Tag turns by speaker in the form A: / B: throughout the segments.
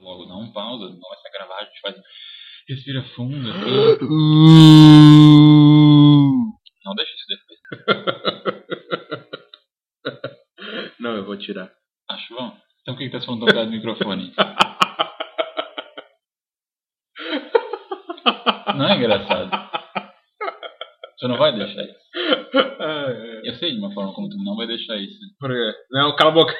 A: logo, dá um pausa, não vai a gravar, a gente faz. Respira fundo, assim. Não deixa isso depois.
B: Não, eu vou tirar.
A: Acho bom. Então por que, que tá se falando tão perto do microfone? Não é engraçado. Você não vai deixar isso.
B: Ai, ai.
A: Eu sei de uma forma como tu não vai deixar isso.
B: Ah, é. Por quê? Não, cala a boca.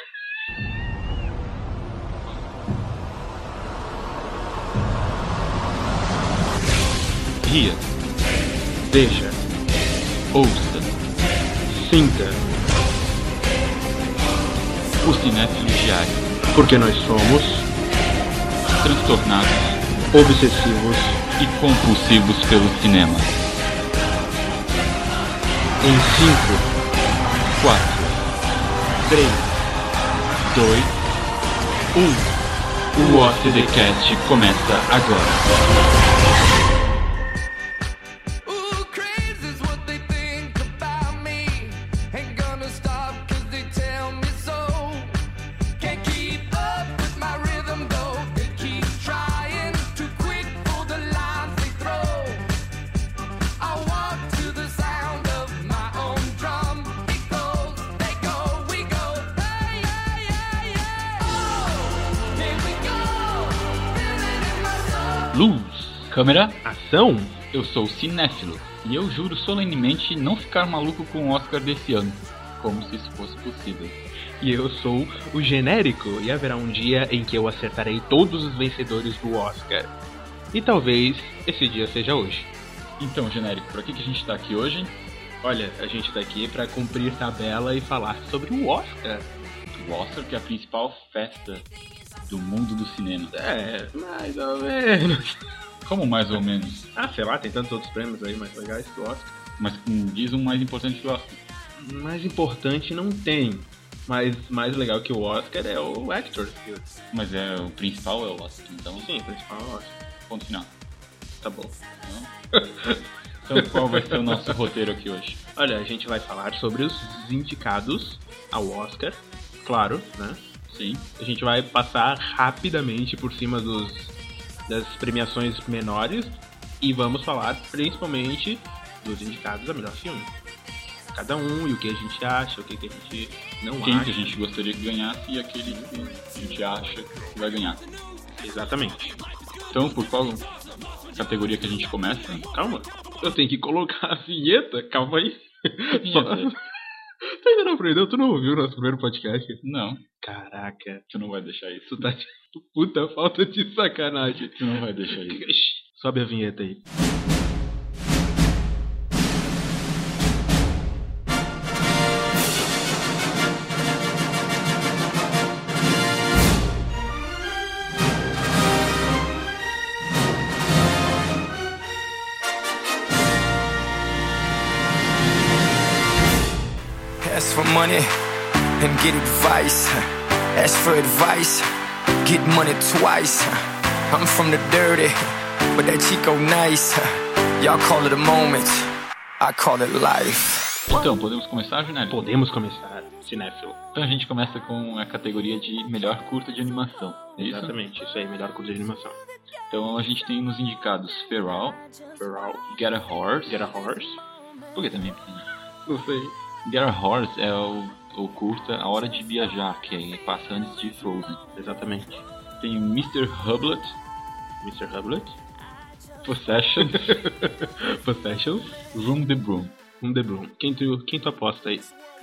B: Ria. Deixa. Ouça. Sinta.
A: O cinéfilo diário.
B: Porque nós somos
A: Transtornados
B: obsessivos
A: e compulsivos pelo cinema.
B: em 5,
A: 4,
B: 3,
A: 2, 1. O OCDcast começa agora.
C: Ooh, crazy's what they think about me. Ain't gonna stop 'cause they tell me so. Can't keep up with my rhythm though. It keeps trying. Too quick for the lines they throw. I walk to the sound of my own drum. It goes, they go, we go. Hey, hey, hey, hey. Oh, here we go. Feel it in my soul.
A: Luz, câmera,
B: Ação?
A: eu sou o cinéfilo e eu juro solenemente não ficar maluco com o Oscar desse ano, como se isso fosse possível.
B: E eu sou o genérico, e haverá um dia em que eu acertarei todos os vencedores do Oscar. E talvez esse dia seja hoje.
A: Então, genérico, pra que, que a gente tá aqui hoje?
B: Olha, a gente tá aqui pra cumprir tabela e falar sobre o Oscar.
A: O Oscar, que é a principal festa do mundo do cinema.
B: É, mais ou menos.
A: Como mais ou menos?
B: Ah, sei lá, tem tantos outros prêmios aí mais legais que o Oscar.
A: Mas hum, diz um mais importante que o Oscar.
B: Mais importante não tem. Mas mais legal que o Oscar é o Actors Guild.
A: Mas é o principal é o Oscar, então
B: Sim, o principal é o Oscar.
A: ponto final.
B: Tá bom.
A: Então qual vai ser o nosso roteiro aqui hoje?
B: Olha, a gente vai falar sobre os indicados ao Oscar, claro, né?
A: Sim.
B: A gente vai passar rapidamente por cima dos, das premiações menores e vamos falar principalmente dos indicados a melhor filme. Cada um e o que a gente acha, o que, que a gente não
A: Quem que
B: acha.
A: a gente gostaria que ganhasse e aquele que a gente acha que vai ganhar.
B: Exatamente.
A: Então, por qual categoria que a gente começa?
B: Calma, eu tenho que colocar a vinheta, calma aí.
A: vinheta?
B: tu ainda não aprendeu? Tu não ouviu o nosso primeiro podcast?
A: Não,
B: Caraca,
A: tu não vai deixar isso.
B: tu tá de puta falta de sacanagem.
A: Tu não vai deixar isso.
B: Sobe a vinheta aí.
D: Ask for money and get advice. Ask for advice, get money twice. I'm from the dirty, but that Chico nice. Y'all call it a moment, I call it life.
A: Então, podemos começar, Junelli?
B: Podemos começar, cinéfilo.
A: Então a gente começa com a categoria de melhor curta de animação. É isso?
B: Exatamente, isso aí, melhor curta de animação.
A: Então a gente tem nos indicados Feral,
B: Feral,
A: Get a Horse.
B: Get a Horse.
A: Por que também?
B: Não sei.
A: Get a Horse é o, o curta A Hora de Viajar, que é passa antes de Frozen.
B: Exatamente.
A: Tem Mr. Hublet,
B: Mr. Hublet.
A: Possession,
B: Possessions.
A: Room the Broom.
B: Um The Bloom. Quem tu, quem tu aposta aí?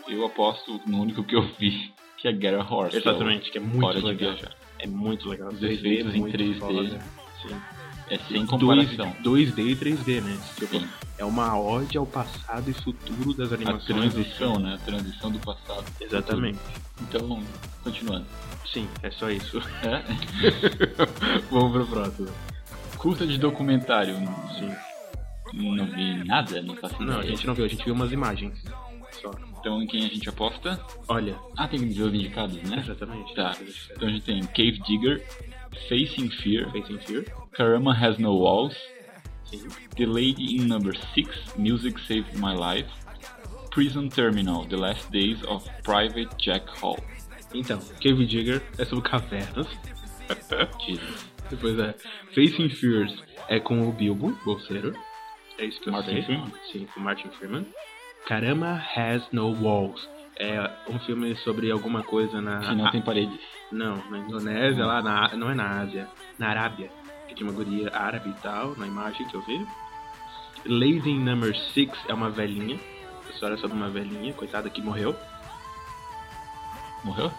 A: Eu aposto no único que eu vi, que é Get a Horse.
B: Exatamente, que é muito
A: Hora de
B: legal.
A: Viajar.
B: É muito legal.
A: Os
B: 2D
A: efeitos em
B: muito
A: 3D.
B: foda. Sim.
A: É sem comparação.
B: 2D e 3D, né? Tipo,
A: Sim.
B: é uma ode ao passado e futuro das
A: A
B: animações.
A: transição, né? A transição do passado. pro
B: Exatamente.
A: futuro. Então, continuando.
B: Sim, é só isso.
A: É?
B: Vamos pro próximo.
A: Curta de documentário.
B: Sim.
A: Não vi nada, não faço
B: Não, a
A: ideia.
B: gente não viu, a gente viu umas imagens. Só.
A: Então, em quem a gente aposta?
B: Olha,
A: Ah, tem que dizer os indicados, né?
B: exatamente.
A: Tá. Então a gente tem Cave Digger, Facing Fear,
B: Face in Fear.
A: Karama Has No Walls,
B: Sim.
A: The Lady in Number 6, Music Saved My Life, Prison Terminal, The Last Days of Private Jack Hall.
B: Então, Cave Digger é sobre cavernas.
A: Jesus.
B: Depois é Facing Fears é com o Bilbo Bolseiro. É isso que eu
A: Martin
B: sei.
A: Freeman?
B: Sim, com Martin Freeman. Caramba Has No Walls. É um filme sobre alguma coisa na.
A: Se não tem parede.
B: Não, na Indonésia, lá na. Não é na Ásia, na Arábia. Que tinha uma guria árabe e tal, na imagem que eu vi. Lazy Number 6 é uma velhinha. A história é sobre uma velhinha, coitada que morreu.
A: Morreu?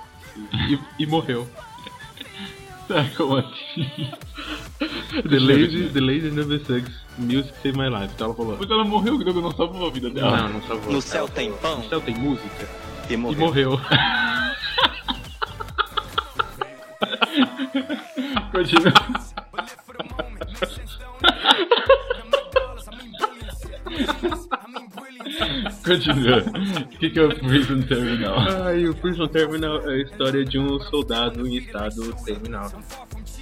B: E, e morreu.
A: Tá, como assim?
B: The Lazy, the lazy Number 6, Music Save My Life. Então ela falou.
A: Mas ela morreu, que eu não salvou a vida dela.
B: Não, não salvou.
E: No céu tem pão
B: No céu tem música.
E: e
B: E
E: morreu.
B: morreu.
A: Continua. Continua. O que, que é o Prison Terminal?
B: Ai, o Prison Terminal é a história de um soldado em estado terminal.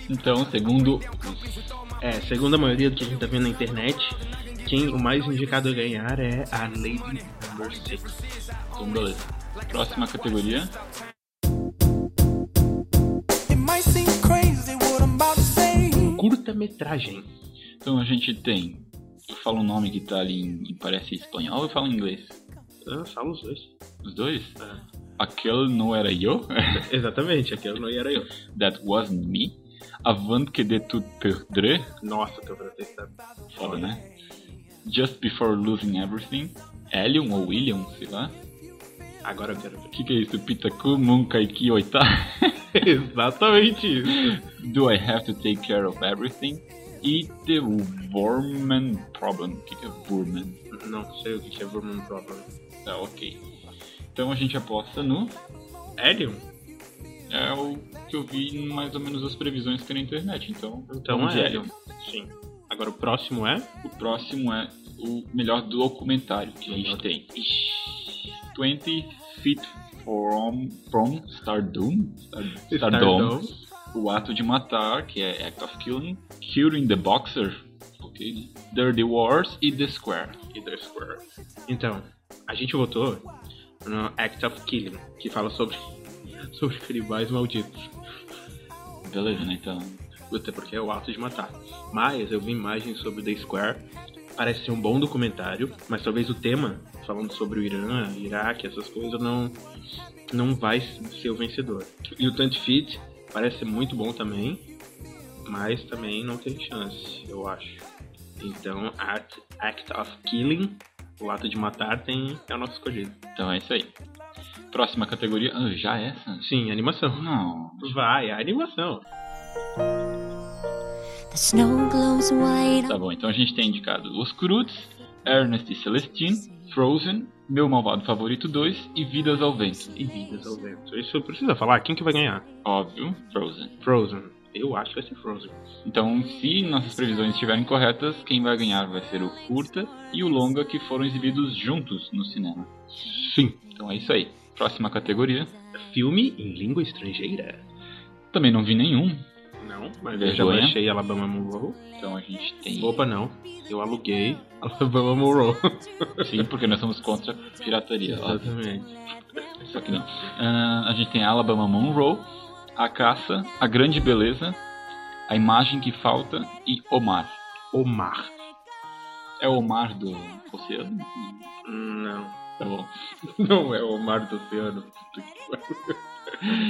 A: Então, segundo.
B: É, segundo a maioria do que a gente tá vendo na internet, quem o mais indicado a ganhar é a Lady Number 6.
A: Então, beleza. Próxima categoria.
C: It might seem crazy what I'm about to say.
B: Curta-metragem.
A: Então a gente tem. Eu falo um nome que tá ali em. parece espanhol ou eu falo em inglês?
B: Ah, fala os dois.
A: Os dois?
B: Ah.
A: É. Aquele não era eu?
B: Exatamente, aquele não era eu.
A: That wasn't me. Avant que de tout perdre.
B: Nossa, teu francês tá
A: Foda, né? Just before losing everything. Elion ou William, sei lá.
B: Agora eu quero
A: O
B: ver.
A: que, que é isso? Pitaku, Munkaiki, Oita.
B: Exatamente isso.
A: Do I have to take care of everything? E The Worman Problem. O que, que é Worman?
B: Não sei o que que é Vermin Problem.
A: Tá, ok. Então a gente aposta no.
B: Hélio?
A: É o que eu vi mais ou menos as previsões que tem na internet. Então,
B: Então
A: vamos de
B: é
A: Helion.
B: Hélio. Sim. Agora o próximo é.
A: O próximo é o melhor documentário que a gente tem. 20 Feet from, from Stardom. Star- Stardom. O Ato de Matar, que é Act of Killing. Curing the Boxer. Ok, né? Dirty Wars e The Square.
B: e The Square. Então, a gente votou no Act of Killing, que fala sobre, sobre tribais malditos.
A: Beleza, né? Então.
B: Até porque é o ato de matar. Mas eu vi imagens sobre The Square. Parece ser um bom documentário, mas talvez o tema, falando sobre o Irã, Iraque, essas coisas, não, não vai ser o vencedor. E o Tant Fit parece ser muito bom também, mas também não tem chance, eu acho. Então, Act, Act of Killing, o ato de matar, tem, é o nosso escolhido.
A: Então é isso aí. Próxima categoria. Ah, já essa?
B: Sim, animação.
A: Não.
B: Vai, a animação.
F: The snow glows white
A: Tá bom, então a gente tem indicado Os Cruz, Ernest e Celestine, Frozen, Meu Malvado Favorito 2 e Vidas ao Vento.
B: E vidas ao vento. Isso precisa falar. Quem que vai ganhar?
A: Óbvio, Frozen.
B: Frozen. Eu acho que vai ser Frozen.
A: Então, se nossas previsões estiverem corretas, quem vai ganhar vai ser o curta e o longa que foram exibidos juntos no cinema.
B: Sim.
A: Então é isso aí. Próxima categoria.
B: Filme em língua estrangeira?
A: Também não vi nenhum.
B: Não, mas eu já
A: Vergonha.
B: baixei Alabama Monroe.
A: Então a gente tem.
B: Opa, não. Eu aluguei Alabama Monroe.
A: Sim, porque nós somos contra a pirataria. ó.
B: Exatamente.
A: Só que não. Ah, a gente tem Alabama Monroe, A Caça, A Grande Beleza, A Imagem que Falta e Omar.
B: Omar.
A: É o Omar do Oceano?
B: Não.
A: Tá bom.
B: Não é o Omar do Oceano.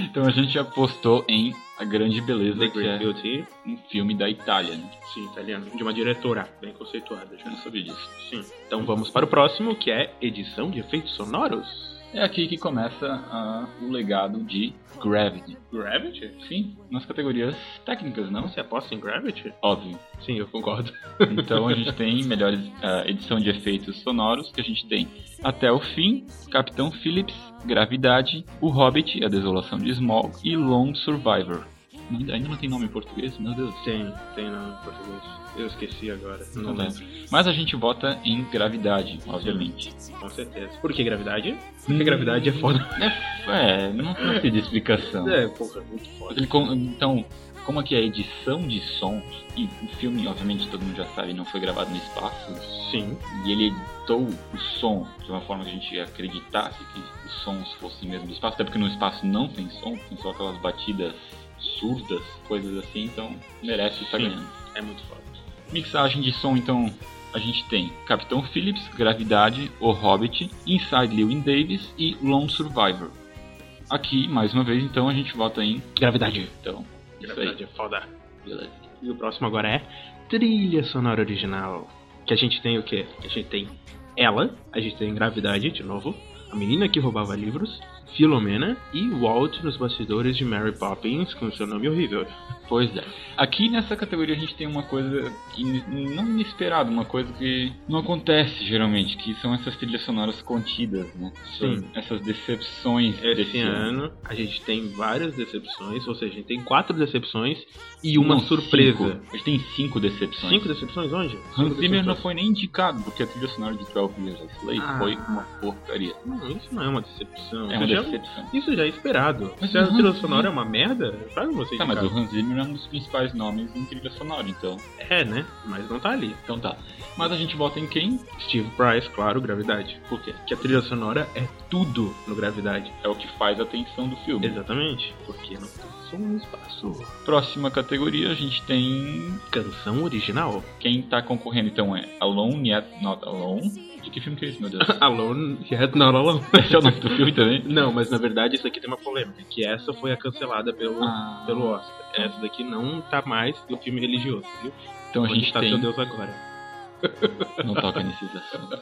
A: Então a gente apostou em A Grande Beleza,
B: The
A: que
B: Great
A: é
B: Beauty.
A: um filme da Itália. Né?
B: Sim, italiano. De uma diretora bem conceituada
A: Eu
B: já.
A: não sabia disso.
B: Sim. Então vamos para o próximo, que é edição de efeitos sonoros.
A: É aqui que começa ah, o legado de Gravity.
B: Gravity?
A: Sim, nas categorias técnicas, não?
B: Você aposta em Gravity?
A: Óbvio.
B: Sim, eu concordo.
A: Então a gente tem melhores ah, edição de efeitos sonoros, que a gente tem Até o Fim, Capitão Phillips, Gravidade, O Hobbit, A Desolação de Smog e Lone Survivor. Ainda ainda não tem nome em português? Meu Deus.
B: Tem, tem não, em português. Eu esqueci agora, não
A: Não
B: lembro.
A: lembro. Mas a gente vota em Gravidade, obviamente.
B: Com certeza. Por que gravidade? Porque gravidade é foda.
A: É, não não sei de explicação.
B: É, porra, muito foda.
A: Ele con- então, como aqui é edição de som, e o filme, obviamente, todo mundo já sabe, não foi gravado no espaço,
B: Sim,
A: e ele editou o som de uma forma que a gente acreditasse que os sons fossem mesmo do espaço, até porque no espaço não tem som, tem só aquelas batidas surdas, coisas assim, então merece estar
B: Sim.
A: ganhando.
B: É muito foda.
A: Mixagem de som, então, a gente tem Capitão Phillips, Gravidade, O Hobbit, Inside Llewyn Davis e Lone Survivor. Aqui, mais uma vez, então, a gente vota em...
B: Gravidade.
A: Então, isso
B: Gravidade
A: aí.
B: é foda.
A: Beleza.
B: E o próximo agora é trilha sonora original. Que a gente tem o quê? A gente tem ela, a gente tem Gravidade, de novo, a menina que roubava livros, Filomena e Walt nos bastidores de Mary Poppins, com seu nome horrível.
A: Pois é. Aqui nessa categoria a gente tem uma coisa in- não inesperada, uma coisa que não acontece geralmente, que são essas trilhas sonoras contidas, né? Essas-
B: Sim.
A: Essas decepções
B: Esse
A: desse
B: ano a gente tem várias decepções, ou seja, a gente tem quatro decepções e uma
A: Não,
B: surpresa.
A: Cinco. A gente tem cinco decepções.
B: Cinco decepções onde? Cinco
A: Hans Zimmer não
B: decepções.
A: foi nem indicado, porque a trilha sonora de 12 Years a Slave
B: Ah.
A: foi uma porcaria.
B: Não, isso não é uma decepção.
A: É uma
B: Isso já-
A: decepção.
B: Isso já é esperado.
A: Mas
B: Se a
A: o Hans
B: trilha
A: Zimmer-
B: sonora é uma merda, sabe você?
A: Tá, mas
B: indicar.
A: o Hans Zimmer é um dos principais nomes em trilha sonora, então.
B: É, né? Mas não tá ali.
A: Então tá. Mas a gente vota em quem?
B: Steve Price, claro, Gravidade.
A: Por quê?
B: Que a trilha sonora é tudo no Gravidade.
A: É o que faz a tensão do filme.
B: Exatamente. Porque não passou um espaço.
A: Próxima categoria a gente tem
B: Canção original.
A: Quem tá concorrendo então é Alone Yet Not Alone. De que filme que é esse, meu Deus?
B: Alone, Yet Not Alone.
A: Esse é o nome do filme também?
B: Não, mas na verdade isso aqui tem uma polêmica. Que essa foi a cancelada pelo,
A: Ah.
B: pelo Oscar. Essa daqui não tá mais no filme religioso, viu?
A: Então a
B: Onde
A: gente
B: tá seu
A: tem.
B: Deus agora.
A: Não toca nesses assuntos.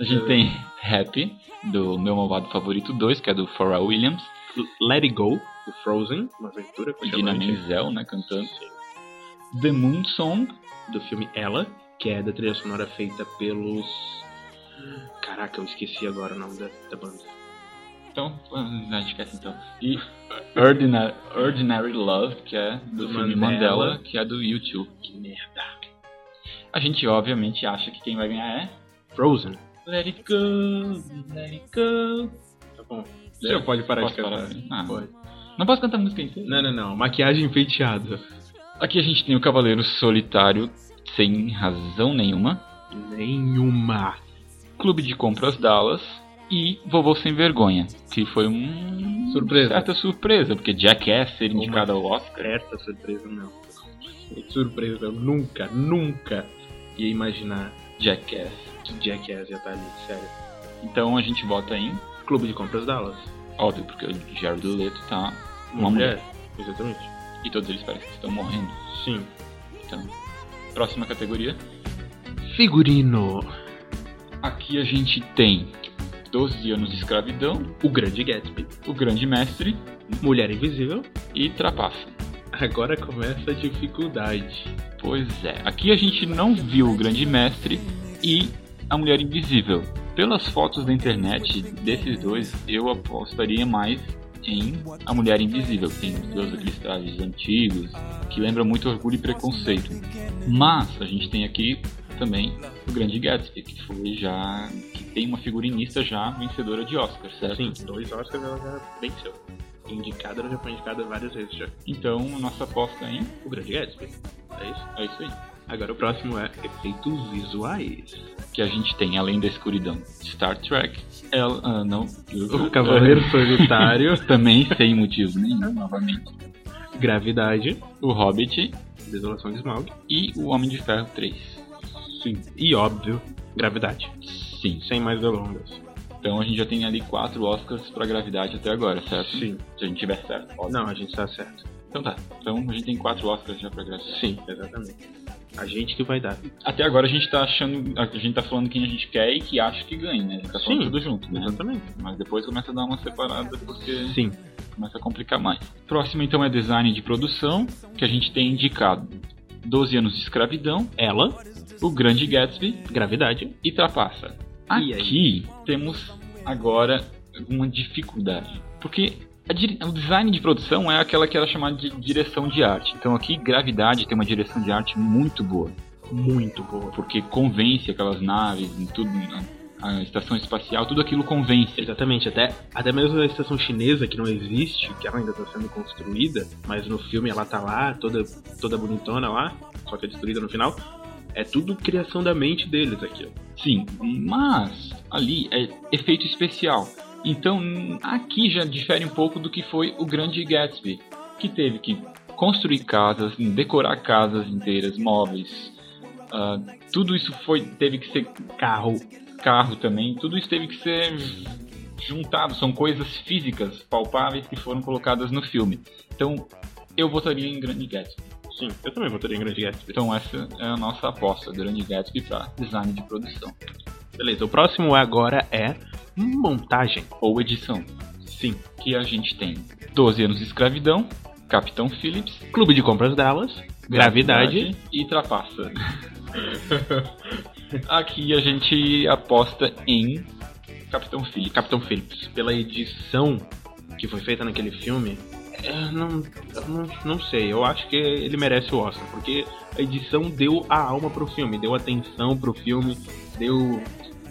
A: A gente tem Happy, do meu malvado favorito 2, que é do Pharrell Williams.
B: Let It Go, do Frozen. Uma aventura
A: E
B: com
A: Dina Menzel, né, cantando. The Moon Song.
B: do filme Ela, que é da trilha sonora feita pelos. Caraca, eu esqueci agora o nome da, da banda.
A: Então, a gente esquece então. E Ordinary, Ordinary Love, que é do,
B: Do
A: filme
B: Mandela.
A: Mandela, que é do YouTube.
B: Que merda.
A: A gente, obviamente, acha que quem vai ganhar é.
B: Frozen.
A: Let it go, let it go.
B: Tá bom.
A: Você
B: Você pode parar
A: Posso
B: de cantar.
A: parar? Ah.
B: Pode.
A: Não posso cantar a música inteira?
B: Não, não, não. Maquiagem penteada.
A: Aqui a gente tem o Cavaleiro Solitário, sem razão nenhuma,
B: Nenhuma.
A: Clube de Compras Dallas e Vovô Sem Vergonha, que foi um...
B: Surpresa.
A: Certa surpresa, porque Jackass ser indicado ao Oscar.
B: Certa surpresa, não. Surpresa, eu nunca, nunca ia imaginar
A: é. Jackass.
B: que Jackass ia estar ali, sério.
A: Então a gente vota em...
B: Clube de Compras Dallas.
A: Óbvio, porque o Jared Leto tá... Uma
B: Exatamente.
A: E todos eles parecem que estão morrendo.
B: Sim.
A: Então, próxima categoria.
B: Figurino.
A: Aqui a gente tem 12 anos de escravidão,
B: O Grande Gatsby.
A: O Grande Mestre
B: Mulher Invisível.
A: e Trapaça.
B: Agora começa a dificuldade.
A: Pois é, aqui a gente não viu o Grande Mestre e a Mulher Invisível. Pelas fotos da internet desses dois, eu apostaria mais em A Mulher Invisível, que tem todos aqueles trajes antigos, que lembra muito Orgulho e Preconceito. Mas a gente tem aqui também o Grande Gatsby, que foi já. que tem uma figurinista já vencedora de Oscar, certo?
B: Sim, dois Oscars ela já venceu. Indicada, ela já foi indicada várias vezes já.
A: Então, a nossa aposta em.
B: O Grande Gatsby. É isso.
A: É isso aí.
B: Agora o próximo é efeitos visuais.
A: que a gente tem além da escuridão Star Trek, ela, ah, não,
B: O Cavaleiro Solitário,
A: também sem motivo nenhum, novamente.
B: Gravidade,
A: O Hobbit
B: Desolação de Smaug.
A: e o Homem de Ferro 3.
B: Sim. E óbvio, Gravidade.
A: Sim.
B: Sem mais delongas.
A: Então a gente já tem ali quatro Oscars pra gravidade até agora, certo?
B: Sim.
A: Se a gente tiver certo. óbvio.
B: Não, a gente tá certo.
A: Então tá. Então a gente tem quatro Oscars já pra gravidade.
B: Sim, exatamente. A gente que vai dar.
A: Até agora a gente tá achando. A gente tá falando quem a gente quer e que acha que ganha, né? A gente tá falando
B: Sim.
A: tudo junto, né?
B: Exatamente.
A: Mas depois começa a dar uma separada porque.
B: Sim.
A: começa a complicar mais. Próximo então é design de produção, que a gente tem indicado 12 anos de escravidão,
B: Ela,
A: o grande Gatsby
B: Gravidade.
A: e Trapaça.
B: E aí?
A: Aqui temos agora uma dificuldade, porque a dire- o design de produção é aquela que era chamada de direção de arte. Então aqui Gravidade tem uma direção de arte muito boa,
B: Muito boa.
A: porque convence aquelas naves, e tudo, a, a estação espacial, tudo aquilo convence.
B: Exatamente, até, até mesmo a estação chinesa que não existe, que ela ainda está sendo construída, mas no filme ela tá lá, toda, toda bonitona lá, só que é destruída no final. É tudo criação da mente deles aqui. ó.
A: Sim, mas ali é efeito especial. Então n- aqui já difere um pouco do que foi o Grande Gatsby. que teve que construir casas, decorar casas inteiras, móveis. ah, tudo isso foi teve que ser carro, carro também. Tudo isso teve que ser juntado. São coisas físicas, palpáveis que foram colocadas no filme. Então eu votaria em Grande Gatsby.
B: Sim, eu também votaria em Grande Gatsby.
A: Então essa é a nossa aposta, Grande Gatsby para design de produção
B: Beleza, o próximo agora é montagem.
A: ou edição. Sim, que a gente tem 12 anos de escravidão, Capitão Phillips,
B: Clube de compras Dallas, gravidade.
A: e trapaça. Aqui a gente aposta em Capitão Phillips.
B: Capitão Phillips, pela edição que foi feita naquele filme, eu não, eu não, não sei. Eu acho que ele merece o Oscar, porque a edição deu a alma pro filme, deu atenção pro filme, deu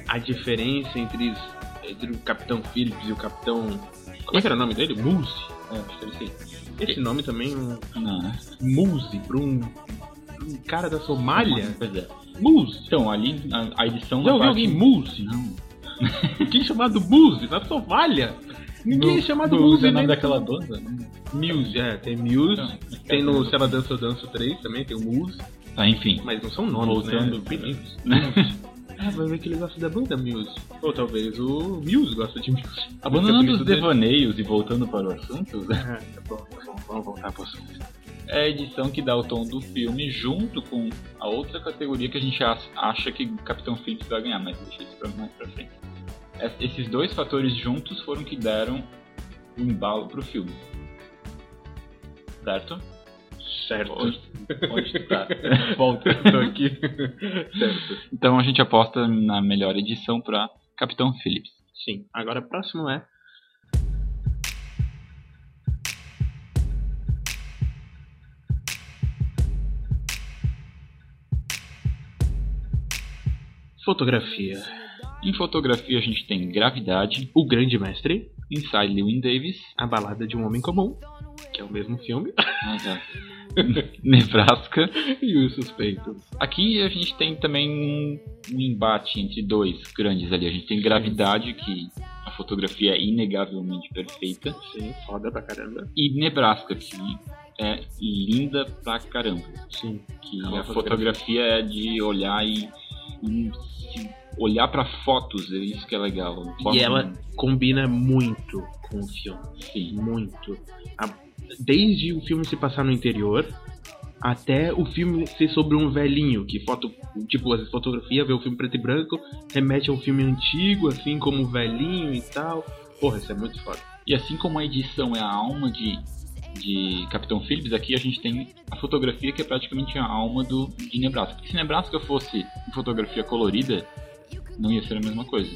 B: a diferença entre, os- entre o Capitão Phillips e o Capitão. Como é que era o nome dele? Moose? É, acho que era isso aí. Esse nome também, um
A: Não, né?
B: Moose, pra um, pra um cara da Somália.
A: Pois é.
B: Moose!
A: Então, ali a, a edição
B: Já
A: na
B: ouviu
A: parte-
B: alguém Moose?
A: Não.
B: Quem é chamado Muse? Na Somália? Ninguém é chamado Muse,
A: é o nome
B: nem
A: daquela banda? né?
B: Muse, é, tem Muse,
A: Não,
B: tem no Se Ela Dança Eu Danço 3 também, tem o Muse,
A: Tá, enfim.
B: mas não são nomes,
A: Voltando
B: né?
A: pro-
B: Apelidos. Ah, vai ver que ele gosta da banda Muse. Ou talvez o Muse gosta de Muse.
A: Abandonando os
B: Porque é apelido
A: devaneios e voltando para o assunto,
B: dele. Ah, tá bom, tá bom, vamos voltar pro assunto.
A: Ah, é a edição que dá o tom do filme junto com a outra categoria que a gente a- acha que Capitão Phillips vai ganhar, mas deixa isso pra mais pra frente. Es- Esses dois fatores juntos foram que deram o embalo pro filme. Certo?
B: Certo.
A: Onde, onde tu tá?
B: Volta, tô aqui. certo.
A: Então a gente aposta na melhor edição pra Capitão Phillips.
B: Sim, agora o próximo é Fotografia.
A: Em fotografia a gente tem Gravidade,
B: O Grande Mestre,
A: Inside Lewin Davis,
B: A Balada de um Homem Comum, que é o mesmo filme,
A: Nebraska,
B: e O Suspeito.
A: Aqui a gente tem também um, um embate entre dois grandes ali. A gente tem Gravidade, que a fotografia é inegavelmente perfeita,
B: Sim, foda pra caramba.
A: e Nebraska, que é linda pra caramba.
B: Sim.
A: Que
B: É uma
A: a fotografia é de olhar e, e se olhar pra fotos, é isso que é legal.
B: E ela combina muito com o filme.
A: Sim.
B: muito. A- desde o filme se passar no interior até o filme ser sobre um velhinho que foto, tipo, as fotografia, vê o filme preto e branco, remete ao filme antigo, assim como o velhinho e tal. Porra, isso é muito foda.
A: E assim como a edição é a alma de, de Capitão Phillips, aqui a gente tem a fotografia que é praticamente a alma do, de Nebraska. Porque se Nebraska fosse uma fotografia colorida, não ia ser a mesma coisa.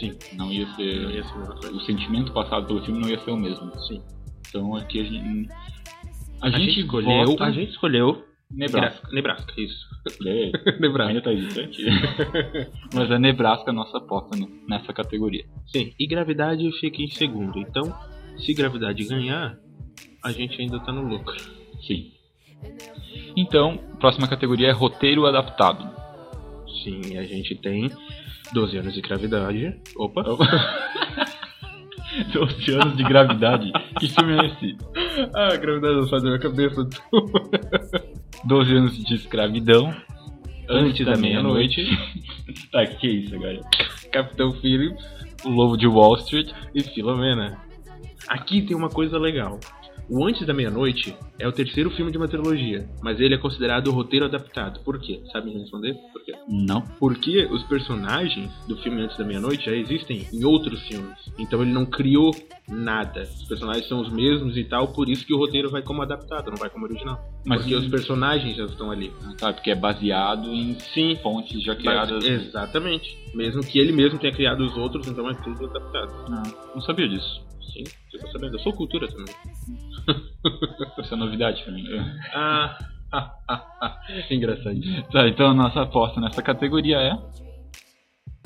B: Sim.
A: Não ia ser.
B: Não ia ser a mesma coisa.
A: O sentimento passado pelo filme não ia ser o mesmo. Sim. Então aqui a gente. A,
B: A gente, escolheu.
A: vota
B: A gente escolheu.
A: Nebraska.
B: Gra- Nebraska, isso.
A: É,
B: Nebraska.
A: ainda tá distante. Mas a Nebraska é a nossa aposta no- nessa categoria.
B: Sim. E gravidade fica em segundo. Então, se gravidade ganhar, a gente ainda tá no lucro.
A: Sim. Então, próxima categoria é roteiro adaptado.
B: Sim, e a gente tem 12 anos de gravidade. Opa.
A: 12 anos de gravidade. Que filme é esse?
B: Ah, a gravidade não sai da minha cabeça.
A: 12 anos de escravidão.
B: Antes da meia-noite.
A: tá, que é isso agora?
B: Capitão Phillips
A: O Lobo de Wall Street.
B: e Filomena. Aqui tem uma coisa legal. O Antes da Meia-Noite é o terceiro filme de uma trilogia, mas ele é considerado o roteiro adaptado. Por quê? Sabe me responder? Por quê?
A: Não.
B: Porque os personagens do filme Antes da Meia-Noite já existem em outros filmes. Então ele não criou nada. Os personagens são os mesmos e tal, por isso que o roteiro vai como adaptado, não vai como original.
A: Mas
B: Porque os personagens já estão ali.
A: Sabe, porque é baseado em
B: Sim,
A: fontes já criadas.
B: Exatamente. Mesmo que ele mesmo tenha criado os outros, então é tudo adaptado.
A: Não, não sabia disso.
B: Sim, você tá sabendo. Eu sou cultura também.
A: Essa é novidade pra mim.
B: Ah, engraçadinho.
A: Tá, então a nossa aposta nessa categoria é.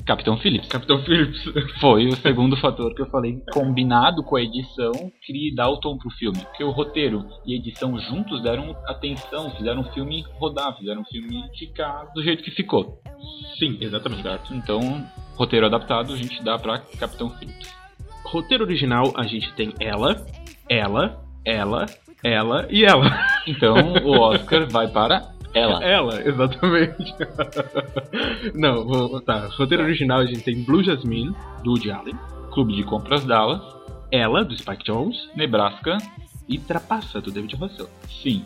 A: Capitão Phillips.
B: Capitão Phillips.
A: Foi o segundo fator que eu falei, combinado com a edição, que dá o tom pro filme. Porque o roteiro e a edição juntos deram atenção, fizeram o filme rodar, fizeram o filme ficar do jeito que ficou.
B: Sim, exatamente.
A: Certo? Então, roteiro adaptado a gente dá pra Capitão Phillips.
B: Roteiro original, a gente tem ela, ela, ela, Ela e ela.
A: Então o Oscar vai para ela.
B: Ela, exatamente. Não, vou, tá. Roteiro original a gente tem Blue Jasmine, do Woody Allen.
A: Clube de Compras Dallas,
B: Ela, do Spike Jones.
A: Nebraska,
B: E Trapaça, do David Russell.
A: sim.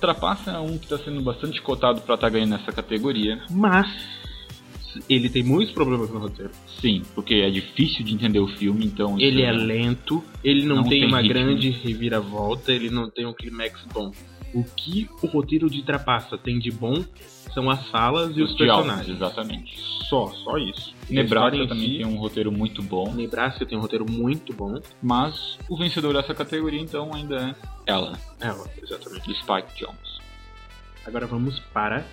A: Trapaça é um que está sendo bastante cotado para estar ganhando nessa categoria.
B: Mas ele tem muitos problemas no roteiro.
A: Sim, porque é difícil de entender o filme, então. isso
B: Ele é lento, ele não,
A: Não
B: tem,
A: tem
B: uma
A: ritmo.
B: grande reviravolta, ele não tem um climax bom. O que o roteiro de Trapaça tem de bom são as falas e os,
A: diálogos,
B: personagens.
A: Exatamente.
B: Só, só isso. A história
A: Nebraska
B: em
A: também
B: si-
A: tem um roteiro muito bom,
B: Nebraska tem um roteiro muito bom.
A: mas o vencedor dessa categoria então ainda é ela,
B: Ela, exatamente.
A: do Spike Jones.
B: Agora vamos para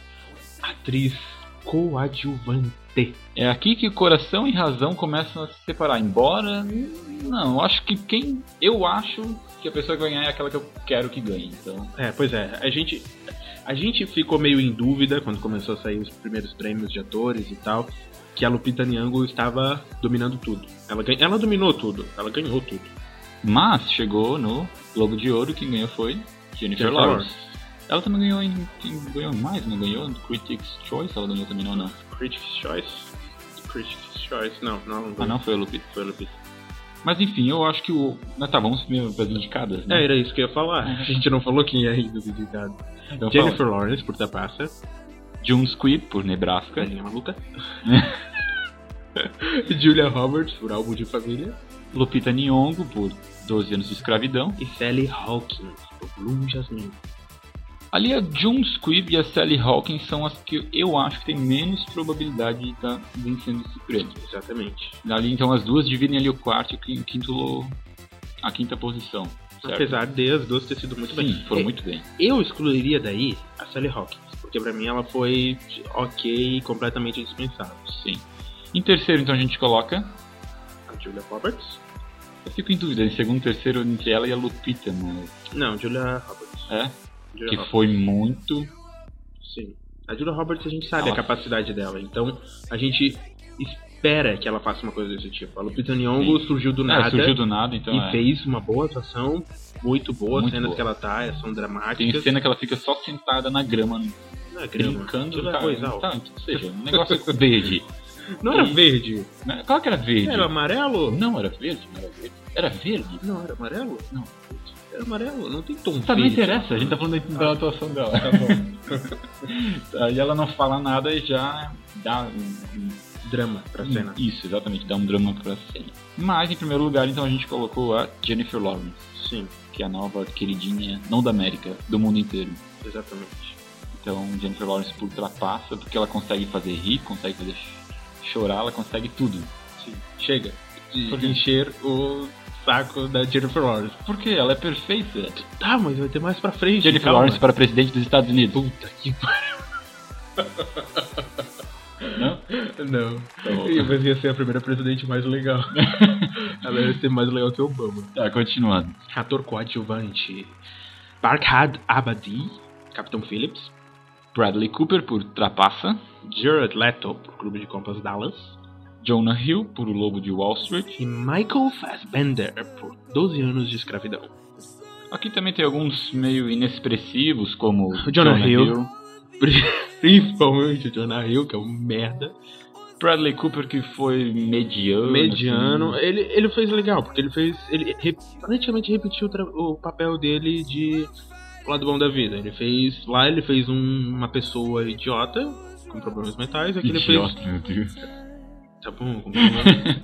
B: atriz coadjuvante.
A: É aqui que coração e razão começam a se separar, embora não, eu acho que quem eu acho que a pessoa que ganhar é aquela que eu quero que ganhe, então
B: É, pois é. A gente, a gente ficou meio em dúvida quando começou a sair os primeiros prêmios de atores e tal, que a Lupita Nyong'o estava dominando tudo. Ela, gan- ela dominou tudo. Ela ganhou tudo.
A: Mas chegou no Globo de Ouro, quem ganhou foi Jennifer
B: Jennifer
A: Lawrence. Ela também ganhou em. em- ganhou mais, não ganhou? No Critics Choice ela ganhou também, não, não.
B: Critics' Choice. Critics' Choice. Não, não.
A: Ah não, foi a Lupita.
B: Foi a Lupita.
A: Mas enfim, eu acho que o. Ah, tá, vamos primeiro para as indicadas,
B: É,
A: né?
B: era isso que eu ia falar. A gente não falou quem é ainda do indicado.
A: então,
B: É, Jennifer
A: fala.
B: Lawrence, por tá Tapassa.
A: June um Squid, por Nebraska.
B: Galinha maluca. Julia Roberts, por álbum de família.
A: Lupita Nyong'o, por 12 anos de escravidão.
B: E Sally Hawkins, por Bloom Jasmine.
A: Ali a June Squibb e a Sally Hawkins são as que eu acho que tem menos probabilidade de estar vencendo esse prêmio.
B: Exatamente.
A: Ali então as duas dividem ali o quarto e o quin- o quinto. lo- a quinta posição. certo?
B: Apesar de as duas ter sido muito
A: Sim,
B: bem. É.
A: foram
B: E-
A: muito bem.
B: Eu excluiria daí a Sally Hawkins, porque pra mim ela foi ok e completamente dispensável.
A: Sim. Em terceiro, então, a gente coloca.
B: A Julia Roberts?
A: Eu fico em dúvida, em segundo, terceiro, entre ela e a Lupita, mas.
B: Não, Julia Roberts.
A: É?
B: Julia
A: Que
B: Roberts,
A: foi muito.
B: sim. A Julia Roberts a gente sabe
A: Ela-
B: a capacidade dela, então a gente espera que ela faça uma coisa desse tipo. A Lupita Nyong'o surgiu do
A: É,
B: nada
A: surgiu do nada, então.
B: e
A: é.
B: fez uma boa atuação, muito boa,
A: Muito
B: cenas
A: boa.
B: que ela tá, são dramáticas.
A: Tem cena que ela fica só sentada na grama,
B: Não, é grama.
A: brincando.
B: Julia
A: Tá,
B: Coisal.
A: tá, então, ou seja, um negócio verde.
B: Não era verde,
A: Né? Claro que era tá verde.
B: era amarelo.
A: Não, era verde, não era verde. Era verde?
B: Não, era amarelo?
A: Não.
B: Era amarelo, não tem tom
A: Tá, não
B: verde.
A: interessa, a gente tá falando da, da atuação dela. Tá bom. Aí ela não fala nada e já dá um- um
B: Drama pra
A: Hum,
B: cena.
A: Isso, exatamente, dá um drama pra cena. Mas, em primeiro lugar, então a gente colocou a Jennifer Lawrence,
B: Sim,
A: que é a nova queridinha, não da América, do mundo inteiro.
B: exatamente.
A: Então, Jennifer Lawrence por ultrapassa, porque ela consegue fazer rir, consegue fazer ch- chorar, ela consegue tudo.
B: Sim. Chega de
A: Por quê?
B: encher o saco da Jennifer Lawrence.
A: Porque ela é perfeita.
B: Tá, mas vai ter mais pra frente.
A: Jennifer
B: calma.
A: Lawrence para presidente dos Estados Unidos.
B: Puta que
A: Não?
B: pariu. Não.
A: bom.
B: E Mas ia ser a primeira presidente mais legal. Ela ia ser mais legal que Obama.
A: Tá, continuando.
B: Ator coadjuvante. Barkhad Abadi, Capitão Phillips.
A: Bradley Cooper por Trapassa.
B: Jared Leto, pro Clube de Compras Dallas.
A: Jonah Hill por O Lobo de Wall Street.
B: E Michael Fassbender, por 12 anos de escravidão.
A: Aqui também tem alguns meio inexpressivos, como
B: Jonah Hill. Principalmente o Jonah Hill, que é um merda.
A: Bradley Cooper que foi mediano.
B: mediano.
A: assim.
B: Ele, ele fez legal, porque ele fez. Ele re- praticamente repetiu o tra- o papel dele de O lado bom da vida. Ele fez. Lá ele fez um- uma pessoa idiota, com problemas mentais. Aqui É ele fez.
A: Idiota, meu Deus.
B: Tá bom, com problemas,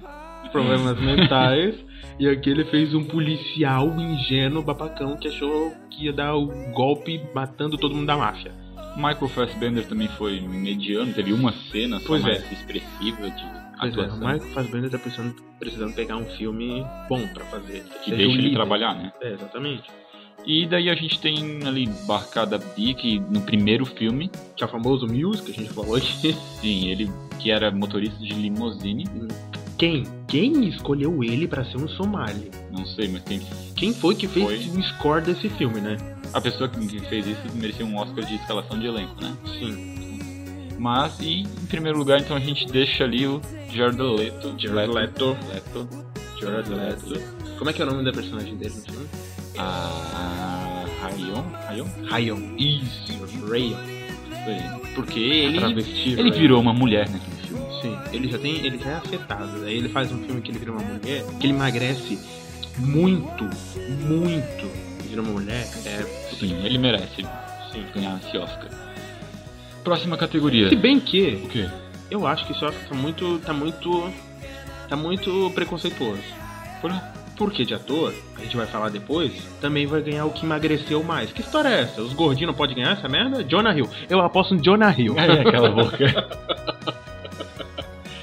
B: problemas mentais. E aqui ele fez um policial ingênuo, babacão, que achou que ia dar o golpe matando todo mundo da máfia.
A: Michael Fassbender também foi mediano, teve uma cena só
B: Pois é.
A: mais expressiva de
B: Pois é, o
A: atuação.
B: Michael Fassbender tá precisando, precisando pegar um filme bom pra fazer.
A: que
B: Seja
A: deixa
B: um
A: ele
B: líder.
A: trabalhar, né?
B: É, exatamente.
A: E daí a gente tem ali Barcada B, que no primeiro filme,
B: que é o famoso Muse, que a gente falou aqui.
A: sim, ele que era motorista de limousine,
B: Quem? Quem escolheu ele pra ser um somali?
A: não sei, mas tem
B: Quem foi que fez
A: Foi.
B: o score desse filme, né?
A: a pessoa que que fez isso merecia um Oscar de escalação de elenco, né?
B: Sim.
A: Mas, e em primeiro lugar, então a gente deixa ali o Jared Leto.
B: Jared Leto.
A: Leto.
B: Jared Leto. Como é que é o nome da personagem dele no filme?
A: Ah, Rayon? Rayon?
B: Rayon.
A: Isso.
B: Rayon.
A: Isso aí.
B: Porque ele.
A: Travesti,
B: ele
A: Ele
B: virou.
A: virou uma mulher né, naquele filme.
B: né? Sim, ele já tem. Ele já é afetado. Daí ele faz um filme que ele vira uma mulher, que ele emagrece muito, muito. Vira uma mulher. É.
A: Sim, ele merece ganhar esse Oscar. Próxima categoria.
B: Se bem que
A: O quê?
B: eu acho que esse Oscar tá muito. tá muito. tá muito preconceituoso.
A: Por...
B: Porque de ator, a gente vai falar depois, também vai ganhar o que emagreceu mais. Que história é essa? Os gordinhos não podem ganhar essa merda? Jonah Hill. Eu aposto no Jonah Hill.
A: É, aquela boca.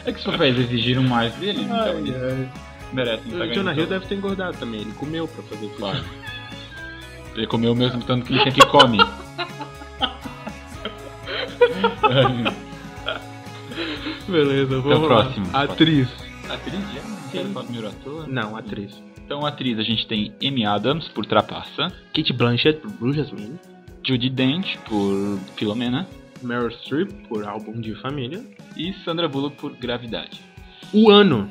A: é que os papéis exigiram mais dele, então ele merece. tá
B: O Jonah Hill deve ter engordado também. Ele comeu pra fazer isso.
A: Claro. Ele comeu o mesmo tanto que ele sempre come.
B: Beleza, vamos
A: Então,
B: lá.
A: próximo.
B: Atriz.
A: atriz? Já? né? Quero falar primeiro ator?
B: Não, atriz.
A: Então, atriz, a gente tem Amy Adams por Trapaça,
B: Kate Blanchett por Blue Jasmine.
A: Judy Dench por Filomena
B: Meryl Streep por Álbum de Família.
A: e Sandra Bullock por Gravidade.
B: O ano.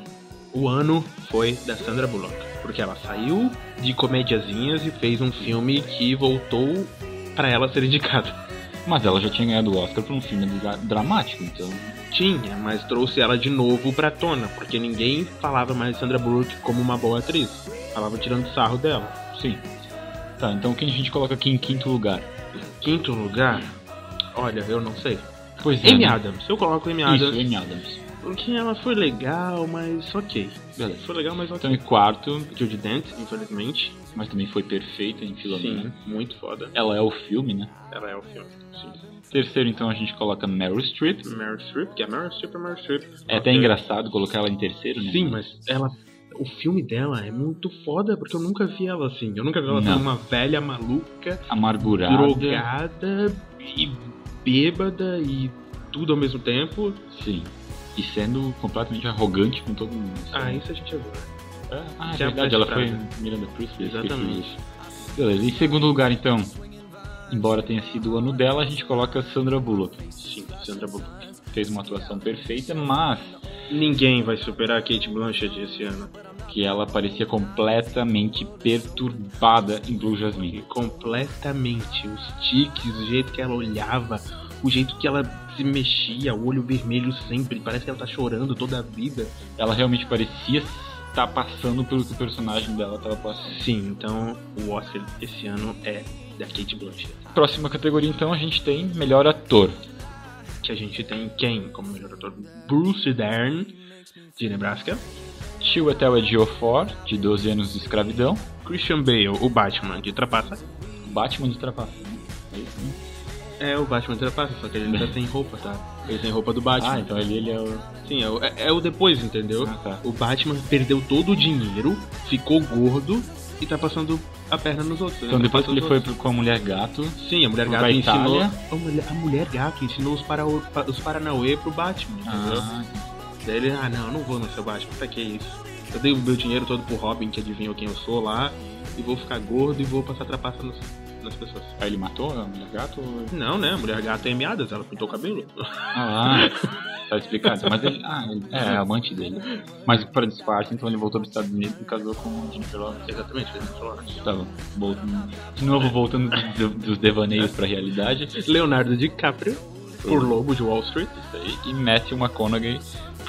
B: O ano foi da Sandra Bullock. Porque ela saiu de comediazinhas e fez um filme que voltou pra ela ser indicada.
A: Mas ela já tinha ganhado o Oscar por um filme dra- dramático, então.
B: Tinha, mas trouxe ela de novo pra tona, porque ninguém falava mais de Sandra Bullock como uma boa atriz. Falava tirando sarro dela.
A: Sim. Tá, então quem a gente coloca aqui em quinto lugar?
B: Quinto lugar, olha, eu não sei.
A: Pois
B: Amy
A: né?
B: Adams, eu coloco Amy
A: Isso,
B: Adams.
A: Amy Adams.
B: Porque ela foi legal, mas ok.
A: Beleza.
B: Foi legal, mas
A: Então
B: ok.
A: em quarto,
B: Judy Dent, infelizmente.
A: mas também foi perfeita em Filomena.
B: Sim, muito foda.
A: Ela é o filme, né?
B: Ela é o filme. Sim.
A: Terceiro, então, a gente coloca Meryl Streep.
B: Meryl Streep, que é Meryl Streep, é Meryl Streep.
A: É até
B: Ok.
A: engraçado colocar ela em terceiro, né?
B: Sim, mas ela. O filme dela é muito foda, porque eu nunca vi ela assim. Eu nunca vi ela
A: Não.
B: como uma velha maluca
A: Amargurada.
B: drogada e bêbada e tudo ao mesmo tempo.
A: Sim. E sendo completamente arrogante com todo mundo. sabe?
B: Ah, isso a gente agora.
A: Ah, é
B: já
A: verdade,
B: foi
A: ela foi
B: frustrada.
A: Miranda Priestley. esqueci
B: Exatamente.
A: disso. Beleza, em segundo lugar, então, embora tenha sido o ano dela, a gente coloca Sandra Bullock.
B: Sim, Sandra Bullock.
A: Fez uma atuação perfeita, mas
B: Ninguém vai superar a Kate Blanchett esse ano.
A: que ela parecia completamente perturbada em Blue
B: E
A: Jasmine.
B: completamente. Os tiques, o jeito que ela olhava, o jeito que ela se mexia, o olho vermelho sempre. Parece que ela tá chorando toda a vida.
A: Ela realmente parecia estar passando pelo que o personagem dela estava passando.
B: Sim, então o Oscar esse ano é da Kate Blanchett. tá?
A: Próxima categoria, então, a gente tem melhor ator.
B: Que a gente tem quem como melhor ator? Bruce Dern, de Nebraska.
A: Chiwetel Ejiofor, é de 12 anos de escravidão.
B: Christian Bale, o Batman de Trapaça.
A: Batman de Trapaça. né? É isso, né?
B: É o Batman de Trapaça, só que ele tá sem roupa, tá? Ele tem roupa do
A: Ah,
B: Batman.
A: então ele, ele é o...
B: Sim, é o, é- é o depois, entendeu?
A: Ah, tá.
B: O Batman perdeu todo o dinheiro, ficou gordo e tá passando a perna nos outros. né?
A: Então
B: Tá
A: depois que
B: passando
A: ele
B: nos
A: foi
B: outros.
A: pro- com a Mulher Gato,
B: Sim, a mulher
A: pro
B: gato
A: pra
B: ensinou.
A: Itália.
B: A mulher, a mulher gato ensinou os, para, os Paranauê pro Batman, entendeu?
A: ah,
B: Daí ele, ah não, eu não vou no seu Batman, pra que isso? Eu dei o meu dinheiro todo pro Robin, que adivinhou quem eu sou lá, e vou ficar gordo e vou passar trapaça nas, nas pessoas.
A: aí ele matou a Mulher Gato? ou-
B: Não, né? A mulher gata é meadas, ela pintou o cabelo.
A: Ah, lá. tá explicado. Mas ele... Ah, ele é, é amante dele. Mas para disfarce, então ele voltou pros Estados Unidos e casou com o Jennifer Lawrence.
B: Exatamente, fez isso lá.
A: Tá bom. Voltando- De novo, voltando do- dos devaneios pra realidade.
B: Leonardo DiCaprio, por Lobo de Wall Street.
A: Isso aí. E Matthew McConaughey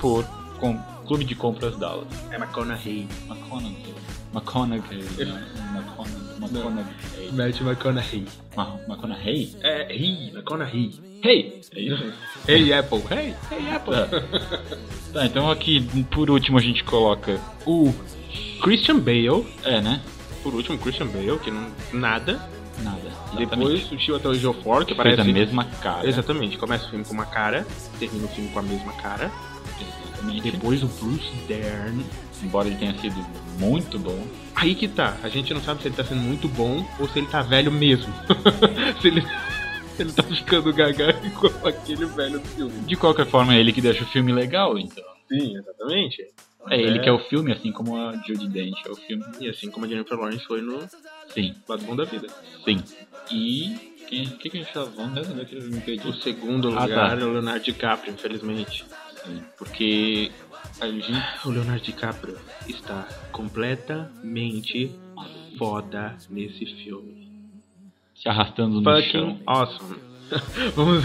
A: por com- Clube de Compras Dallas.
B: É McConaughey.
A: McConaughey. McConaughey. não. McCona- McConaughey.
B: Matt McConaughey.
A: Ma- McConaughey?
B: É, he, McConaughey.
A: Hey! É isso?
B: Hey, Apple, hey, hey, Apple.
A: É. Tá, então aqui, por último, a gente coloca
B: O Christian Bale,
A: É, né?
B: por último, Christian Bale, que não... Nada.
A: Nada.
B: Depois o tio até o Geofor, que
A: Fez
B: parece...
A: a mesma cara.
B: Exatamente, começa o filme com uma cara, termina o filme com a mesma cara.
A: Exatamente.
B: Depois o Bruce Dern.
A: Embora ele tenha sido muito bom.
B: Aí que tá, a gente não sabe se ele tá sendo muito bom ou se ele tá velho mesmo. se ele. se ele tá ficando gaga igual aquele velho do filme.
A: De qualquer forma, é ele que deixa o filme legal, então.
B: Sim, exatamente.
A: É, ele que é o filme, assim como a Judy Dench é o filme.
B: E assim como a Jennifer Lawrence foi no
A: Sim,
B: Lado Bom da Vida.
A: sim. E... Quem, o que, que a gente tava falando mesmo? Agora que eu me perdi.
B: O segundo
A: Ah,
B: lugar
A: tá.
B: é o Leonardo DiCaprio, infelizmente.
A: Sim, Porque a gente...
B: O Leonardo DiCaprio está completamente foda nesse filme.
A: se arrastando no chão.
B: Fucking awesome. Vamos,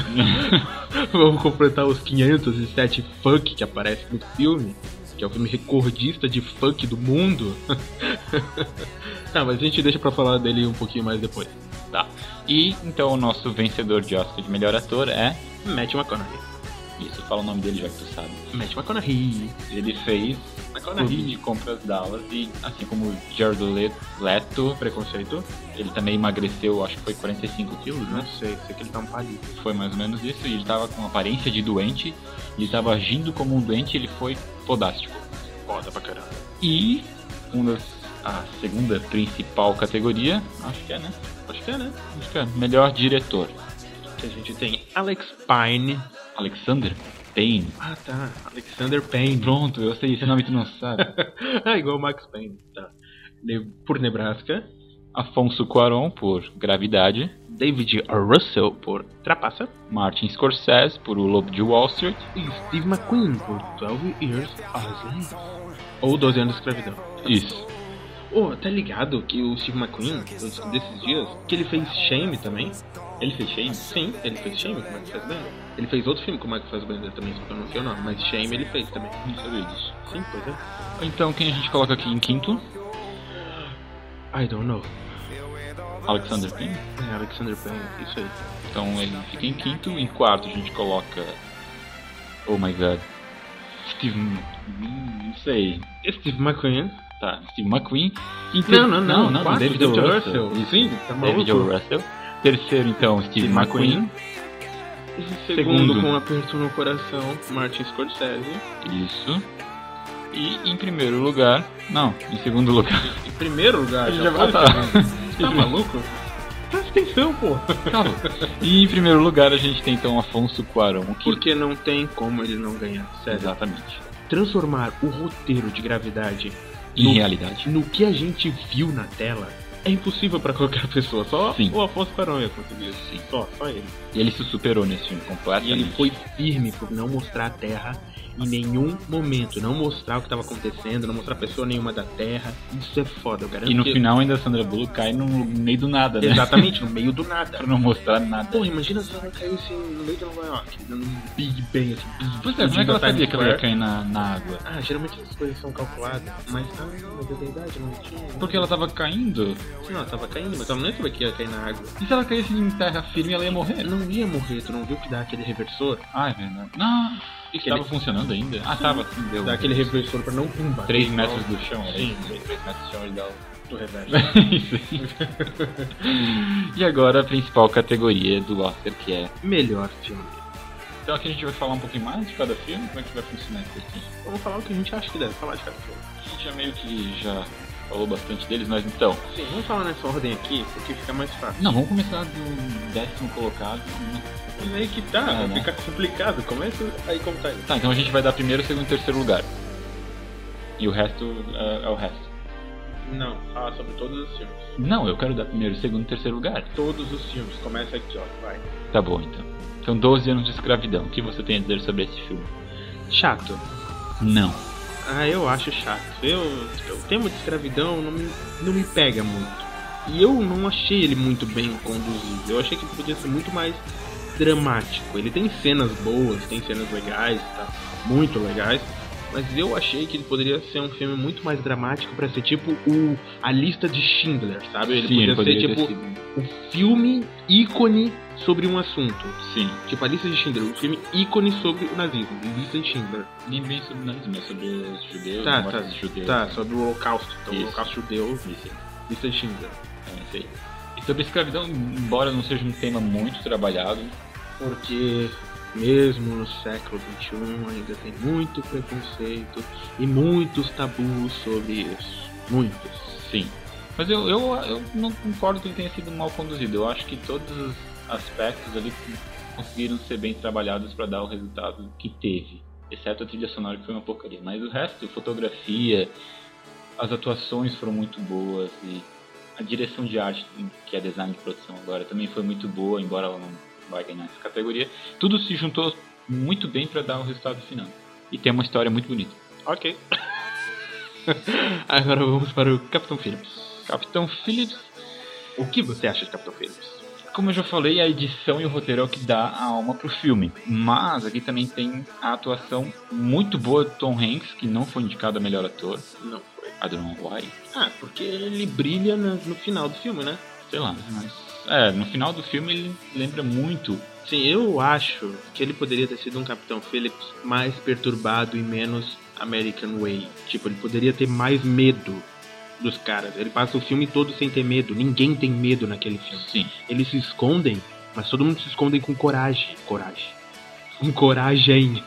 B: vamos completar os 507 funk que aparece no filme, que é o filme recordista de funk do mundo. Não, mas a gente deixa pra falar dele um pouquinho mais depois.
A: Tá. E então o nosso vencedor de Oscar de melhor ator é.
B: Matt McConaughey.
A: Isso, fala o nome dele já que tu sabe.
B: Matt McConaughey.
A: Ele fez
B: Uhum.
A: Clube de Compras Dallas e, assim como o Jared Le- Leto,
B: Preconceito?
A: ele também emagreceu, acho que foi 45 quilos, né?
B: Não sei, sei que ele tá um palito.
A: Foi mais ou menos isso. E ele tava com aparência de doente, ele tava agindo como um doente, ele foi fodástico.
B: Foda pra caramba.
A: E uma das, a segunda principal categoria, acho que é, né?
B: Acho que é, né?
A: Acho que é melhor diretor.
B: Que a gente tem Alex Pine.
A: Alexander Payne.
B: Ah, tá. Alexander Payne.
A: Pronto, eu sei, esse nome tu não sabe.
B: ah, igual o Max Payne. Tá. Ne- Por Nebraska.
A: Afonso Cuaron por Gravidade.
B: David Russell por Trapaça.
A: Martin Scorsese por O Lobo de Wall Street.
B: E Steve McQueen por 12 Years a Slave. Ou 12 anos de escravidão.
A: Isso.
B: Oh, tá ligado que o Steve McQueen, eu descobri esses dias, que ele fez Shame também. Ele fez Shame? Sim, ele fez Shame com o Mike Fassbender. Ele fez outro filme com o Mike Fassbender também, só que eu não sei o nome, mas Shame ele fez também.
A: Não sabia disso.
B: Sim, pois é.
A: Então, quem a gente coloca aqui em quinto?
B: é. I don't know.
A: Alexander Payne.
B: É Alexander Payne, isso aí.
A: Então ele fica em quinto. Em quarto a gente coloca. Oh my god. Steve. Hum, Não sei.
B: Steve McQueen.
A: Tá, Steve McQueen. Em ter-
B: Não, não, não, quarto,
A: David O. Russell.
B: Russell. Sim, tá
A: David O.
B: maluco.
A: Russell. Terceiro, então, Steve, McQueen. Segundo.
B: Segundo, com um aperto no coração, Martin Scorsese.
A: Isso. E em primeiro lugar. Não, em segundo lugar.
B: Em primeiro lugar,
A: Ele
B: já
A: já
B: foi,
A: vai-
B: tá vendo? Tá maluco? Presta atenção, pô.
A: Calma. e em primeiro lugar a gente tem então Afonso Cuarón. Que... é,
B: Porque não tem como ele não ganhar, sério.
A: Exatamente.
B: Transformar o roteiro de gravidade
A: Em
B: No-
A: realidade.
B: no que a gente viu na tela é impossível pra qualquer pessoa. Só
A: Sim.
B: o Afonso Cuarón ia conseguir isso. Sim. Só, só ele.
A: E ele se superou nesse filme completamente.
B: E ele foi firme por não mostrar a Terra em nenhum momento. Não mostrar o que tava acontecendo, não mostrar pessoa nenhuma da Terra. Isso é foda, eu garanto.
A: E no
B: que-
A: final ainda a Sandra Bullock cai no meio do nada, né?
B: Exatamente, no meio do nada.
A: pra não mostrar nada.
B: Pô, imagina se ela caiu assim no meio de Nova York, dando um Big Bang assim. big,
A: Pois é, como é que
B: explodindo
A: ela
B: Times
A: sabia que ela ia
B: Square?
A: cair na, na água?
B: Ah, geralmente as coisas são calculadas, mas ah, mas é verdade, não tinha.
A: Porque ela tava caindo.
B: Não, ela tava caindo, mas ela não sabia que ia cair na água. É,
A: E se ela caísse em terra firme, ela ia morrer?
B: Não ia morrer, tu não viu que dá aquele reversor?
A: Ah, é verdade. Não, isso
B: Ele-
A: tava funcionando ainda? Ah, tava, sim, deu.
B: Dá aquele reversor pra não pumbar.
A: 3 metros do chão, era
B: Sim.
A: isso? 3 metros do chão ele dá o...
B: do reverso.
A: Isso aí. E agora a principal categoria do Oscar, que é...
B: Melhor filme.
A: Então aqui a gente vai falar um pouquinho mais de cada filme, como é que vai funcionar isso aqui?
B: Vamos falar o que a gente acha que deve falar de cada filme.
A: A gente já meio que já falou bastante deles, mas então...
B: Sim, vamos falar nessa ordem aqui, porque fica mais fácil.
A: Não, vamos começar do décimo colocado.
B: E aí que tá,
A: Ah,
B: vai
A: né?
B: ficar complicado. Começa aí como tá aí.
A: Tá, então a gente vai dar primeiro, segundo e terceiro lugar. E o resto é, é o resto.
B: Não, fala Ah, sobre todos os filmes.
A: Não, eu quero dar primeiro, segundo e terceiro lugar.
B: Todos os filmes. Começa aqui, ó. Vai.
A: Tá bom, então. São 12 anos de escravidão. O que você tem a dizer sobre esse filme?
B: Chato.
A: Não.
B: Ah, eu acho chato. Eu, o tema de escravidão não me, não me pega muito. E eu não achei ele muito bem conduzido. Eu achei que podia ser muito mais dramático. Ele tem cenas boas, tem cenas legais, tá? Muito legais. Mas eu achei que ele poderia ser um filme muito mais dramático pra ser tipo o a lista de Schindler, sabe?
A: Sim,
B: Ele podia
A: ele poderia
B: ser
A: ter
B: tipo
A: sido-
B: o filme ícone sobre um assunto.
A: Sim.
B: Tipo a lista de Schindler, o filme ícone sobre o nazismo, lista de Schindler.
A: Nem bem sobre nazismo, é sobre os judeus,
B: Tá,
A: mortes
B: tá,
A: dos judeus. né?
B: tá, sobre o Holocausto. Então,
A: Isso.
B: o Holocausto judeu, lista de Schindler.
A: É isso aí. E sobre escravidão, embora não seja um tema muito trabalhado,
B: Porque, mesmo no século XXI, ainda tem muito preconceito e muitos tabus sobre isso. Muitos.
A: Sim. Mas eu, eu, eu não concordo que ele tenha sido mal conduzido. Eu acho que todos os aspectos ali conseguiram ser bem trabalhados para dar o resultado que teve. Exceto a trilha sonora, que foi uma porcaria. Mas o resto, fotografia, as atuações foram muito boas e a direção de arte, que é design de produção agora, também foi muito boa, embora ela não vai ganhar essa categoria. Tudo se juntou muito bem para dar o resultado final. E tem uma história muito bonita.
B: Ok. Agora vamos para o Capitão Phillips.
A: Capitão Phillips
B: O que você acha de Capitão Phillips?
A: Como eu já falei, a edição e o roteiro é o que dá a alma pro filme. Mas aqui também tem a atuação muito boa do Tom Hanks, que não foi indicado a melhor ator.
B: Não foi.
A: I don't know why.
B: Ah, porque ele brilha no, no final do filme, né?
A: Sei lá. Mas, é, no final do filme ele lembra muito.
B: Sim, eu acho que ele poderia ter sido um Capitão Phillips mais perturbado e menos American Way. Tipo, ele poderia ter mais medo dos caras. Ele passa o filme todo sem ter medo. Ninguém tem medo naquele filme.
A: Sim.
B: Eles se escondem, mas todo mundo se esconde com coragem. Coragem. Com coragem.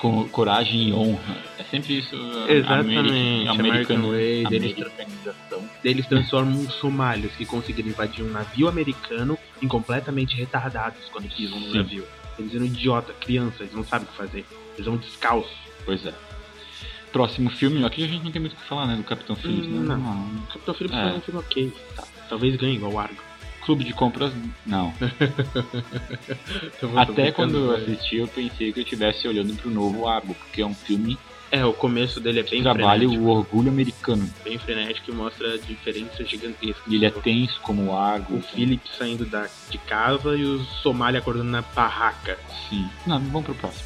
A: Com coragem e honra. É sempre isso. a-
B: Exatamente,
A: Ameri-
B: American
A: American
B: Way, deles-
A: Americanização.
B: Eles transformam os somalhos que conseguiram invadir um navio americano em completamente retardados quando pisam no
A: Sim.
B: navio. Eles eram idiota, criança, eles não sabem o que fazer. Eles vão descalços.
A: Pois é. Próximo filme, aqui a gente não tem muito o que falar, né? Do Capitão Phillips, né?
B: não. Capitão Phillips
A: É.
B: foi um filme ok. Tá. Talvez ganhe igual o Argo.
A: Clube de compras, não.
B: Então,
A: Até quando eu assisti, eu pensei que eu estivesse olhando pro novo Argo, porque é um filme
B: É, o começo dele é
A: que
B: bem
A: trabalha
B: frenético.
A: o orgulho americano.
B: Bem frenético e mostra diferenças gigantescas.
A: E ele é tenso como o Argo.
B: o Philip saindo da, de casa e o Somália acordando na barraca.
A: Sim. Não, vamos pro próximo.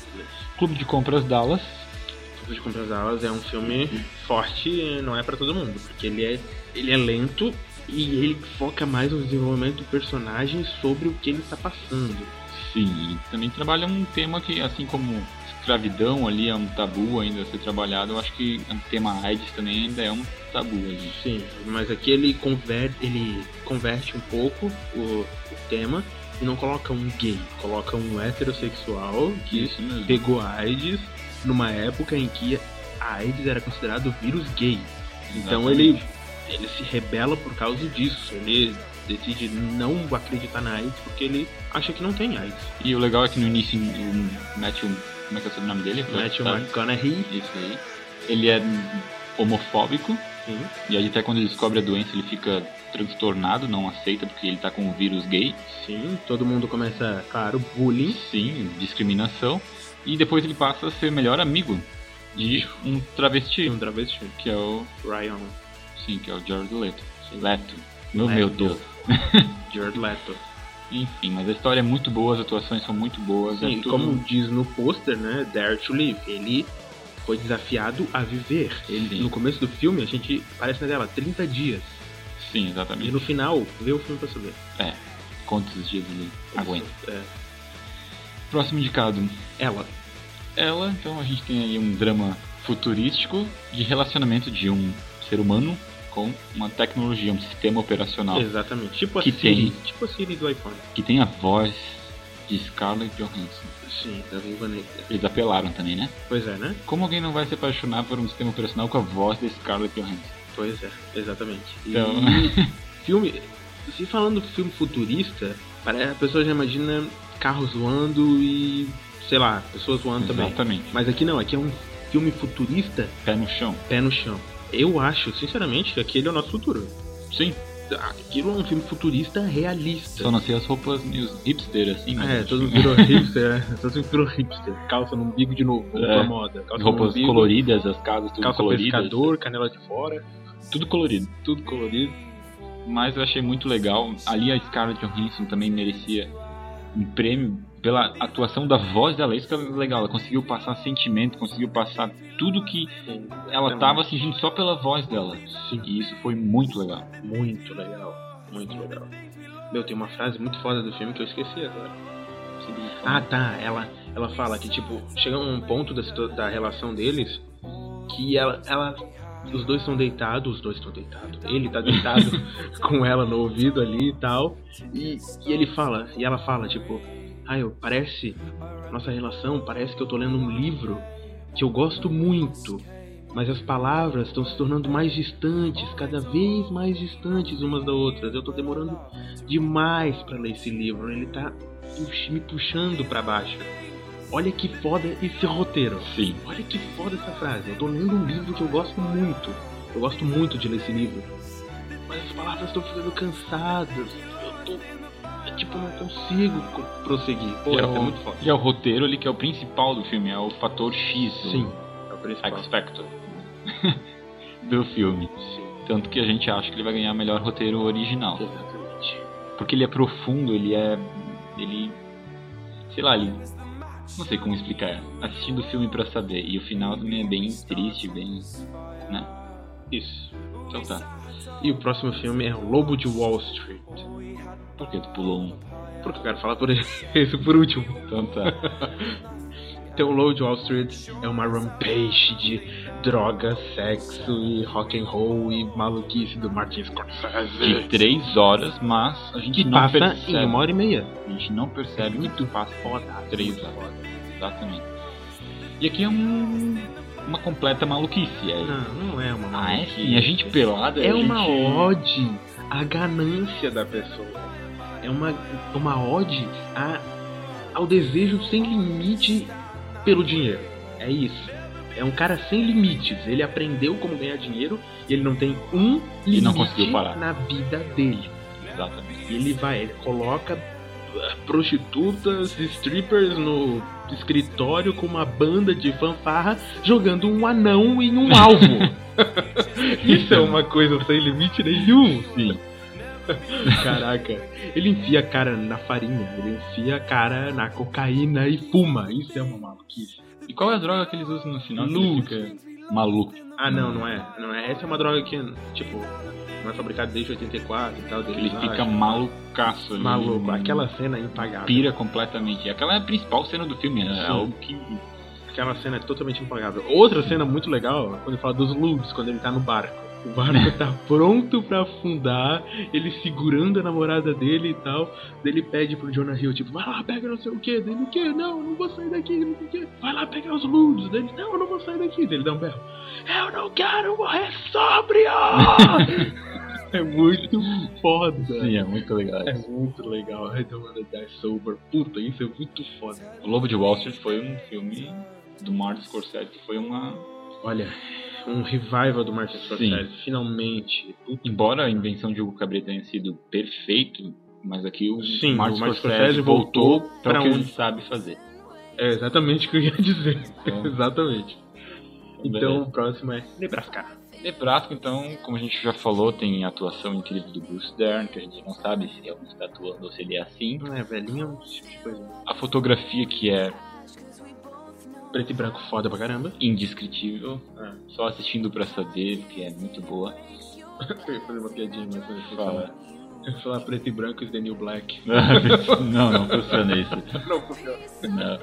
A: Clube de compras Dallas.
B: Tudo de Compras Alas é um filme forte e não é pra todo mundo, porque ele é, ele é lento e ele foca mais no desenvolvimento do personagem sobre o que ele está passando.
A: Sim. e Também trabalha um tema que, assim como escravidão ali é um tabu ainda a ser trabalhado, eu acho que o tema AIDS também ainda é um tabu ali.
B: Sim, mas aqui ele converte, ele converte um pouco o, o tema e não coloca um gay, coloca um heterossexual que
A: é Isso mesmo.
B: pegou AIDS numa época em que a AIDS era considerado o vírus gay. Então ele, ele se rebela por causa disso. Ele decide não acreditar na AIDS porque ele acha que não tem AIDS.
A: E o legal é que no início o Matthew. Como é que é o sobrenome dele?
B: Matthew
A: Sabe?
B: McConaughey,
A: Isso aí. Ele é homofóbico.
B: sim,
A: E aí até quando ele descobre a doença ele fica transtornado, não aceita porque ele tá com o vírus gay.
B: sim, todo mundo começa, claro, bullying.
A: Sim, discriminação. E depois ele passa a ser melhor amigo de um
B: Tem
A: travesti,
B: um travesti,
A: que é o.
B: Ryan
A: Sim, que é o Jared Leto. Leto. Meu,
B: Leto.
A: meu Deus.
B: Jared Leto.
A: Enfim, mas a história é muito boa, as atuações são muito boas. é
B: Sim,
A: tudo-
B: como diz no pôster, né, Dare to Live, ele foi desafiado a viver. Ele,
A: Sim.
B: no começo do filme, a gente aparece na tela 30 dias.
A: Sim,
B: E
A: exatamente.
B: no final, vê o filme pra saber.
A: É. Quantos dias ele aguenta.
B: É,
A: Próximo indicado.
B: ela.
A: Ela, então a gente tem aí um drama futurístico de relacionamento de um ser humano com uma tecnologia, um sistema operacional
B: Exatamente. Tipo a
A: Que
B: Siri. Tipo a Siri do iPhone.
A: que tem a voz de Scarlett Johansson.
B: Sim, da Viúva Negra.
A: Eles apelaram também, né?
B: Pois é, né?
A: Como alguém não vai se apaixonar por um sistema operacional com a voz de Scarlett Johansson?
B: Pois é, exatamente. E
A: Então,
B: filme. Se falando filme futurista, pare- a pessoa já imagina carros voando e. sei lá, pessoas voando também.
A: exatamente.
B: Mas aqui não, aqui é um filme futurista
A: Pé no chão.
B: pé no chão. Eu acho, sinceramente, que aquele é o nosso futuro.
A: Sim.
B: Aquilo é um filme futurista realista.
A: Só não sei as roupas meio hipster assim, mas
B: É,
A: acho
B: todo mundo
A: que-
B: virou hipster, né? Todo mundo virou hipster. Calça no umbigo de novo, voltou
A: É.
B: à moda. Calça no
A: roupas
B: umbigo,
A: coloridas, as casas tudo
B: calça
A: coloridas.
B: pescador, canela de fora.
A: Tudo colorido, tudo colorido. Mas eu achei muito legal. Ali a Scarlett Johansson também merecia um prêmio pela atuação da voz dela. Isso que é legal. Ela conseguiu passar sentimento, conseguiu passar tudo que ela
B: Também.
A: estava sentindo só pela voz dela.
B: Sim.
A: E isso foi muito legal.
B: Muito legal, muito legal. Meu, tem uma frase muito foda do filme que eu esqueci agora. Ah, tá. Ela, ela fala que, tipo, chega um ponto da, situa- da relação deles que ela, ela. Os dois estão deitados, os dois estão deitados. Ele tá deitado com ela no ouvido ali e tal. E, e ele fala, e ela fala, tipo, ai, eu parece. Nossa relação parece que eu tô lendo um livro que eu gosto muito. Mas as palavras estão se tornando mais distantes, cada vez mais distantes umas das outras. Eu tô demorando demais pra ler esse livro. Ele tá pux- me puxando pra baixo. Olha que foda esse roteiro.
A: Sim.
B: Olha que foda essa frase. Eu tô lendo um livro que eu gosto muito. Eu gosto muito de ler esse livro. Mas as palavras estão ficando cansadas. Eu tô. eu, tipo, não consigo co- prosseguir. Pô,
A: E é,
B: isso é
A: o,
B: muito foda.
A: e é o roteiro ali que é o principal do filme, é o fator X, o
B: Sim. É o principal.
A: X Factor do filme.
B: Sim,
A: Tanto que a gente acha que ele vai ganhar melhor roteiro original.
B: exatamente.
A: Porque ele é profundo, ele é. Ele. Sei lá, ele. Não sei como explicar. Assistindo o filme pra saber. E o final também é bem triste, bem. Né?
B: Isso.
A: Então tá.
B: E o próximo filme é O Lobo de Wall Street.
A: Por que tu pulou um?
B: Porque eu quero falar por isso por último.
A: Então tá.
B: Então, Low de Wall Street é uma rampage de droga, sexo e rock and roll e maluquice do Martin
A: De
B: Scorsese.
A: três horas, mas a gente
B: Que
A: não
B: passa
A: percebe.
B: em uma hora e meia.
A: A gente não percebe que tu passa
B: Foda,
A: três horas. Exatamente. E aqui é um, uma completa maluquice. É.
B: Não, não é uma
A: Ah, é
B: maluquice.
A: sim. A gente pelada.
B: É
A: a
B: uma
A: gente...
B: ode à ganância da pessoa. É uma, uma ode a, ao desejo sem limite pelo dinheiro. É isso. É um cara sem limites. Ele aprendeu como ganhar dinheiro e ele não tem um limite
A: E não conseguiu parar.
B: na vida dele.
A: Exatamente.
B: E ele vai, ele coloca ah, prostitutas, strippers no escritório com uma banda de fanfarra jogando um anão em um alvo. Isso é uma coisa sem limite nenhum.
A: Sim.
B: Caraca, ele enfia a cara na farinha, ele enfia a cara na cocaína e fuma. Isso é uma maluquice.
A: E qual é a droga que eles usam no final?
B: Nunca.
A: Que ele fica Maluco.
B: Ah, não, não é. Não é. Essa é uma droga que, tipo, não é fabricada desde 84 e tal. deles
A: Ele
B: lá,
A: fica
B: acho.
A: malucaço. ele-
B: maluco. Aquela cena é impagável.
A: Pira completamente. Aquela é a principal cena do filme. É
B: Sim.
A: algo que.
B: Aquela cena é totalmente impagável. Outra cena muito legal é quando ele fala dos loops, quando ele tá no barco. O barco tá pronto pra afundar, ele segurando a namorada dele e tal. Daí ele pede pro Jonah Hill, tipo, vai lá, pega não sei o que. Daí ele, o que? Não, não vou sair daqui, não sei o que. Vai lá pegar os loops. Daí ele, não, eu não vou sair daqui. Daí ele dá um berro. Eu não quero morrer sóbrio! é muito foda.
A: Sim, é muito legal.
B: É muito legal. I don't wanna die sober. Puta, isso é muito foda.
A: O Lobo de Wall Street foi um filme do Martin Scorsese que foi uma
B: Olha, um revival do Martin Scorsese, finalmente.
A: Embora a invenção de Hugo Cabret tenha sido perfeito, mas aqui o
B: Sim,
A: Martin
B: o Martin
A: Scorsese
B: Scorsese
A: voltou
B: voltou
A: para
B: pra
A: o que
B: onde-
A: ele sabe fazer.
B: É exatamente o que eu ia dizer.
A: Então-
B: exatamente. Então
A: Beleza.
B: o próximo é Nebraska.
A: Nebraska, então, como a gente já falou, tem a atuação incrível do Bruce Dern, que a gente não sabe se ele está atuando ou se ele é assim.
B: Não é velhinho, é um tipo de coisa.
A: A fotografia que é
B: Preto e branco foda pra caramba.
A: indescritível,
B: Ah,
A: só assistindo pra saber que é muito boa.
B: eu ia fazer uma piadinha, mas eu ia
A: Fala.
B: falar. Eu ia falar preto e branco e The New Black.
A: não, não funciona isso.
B: Não, porque
A: Não.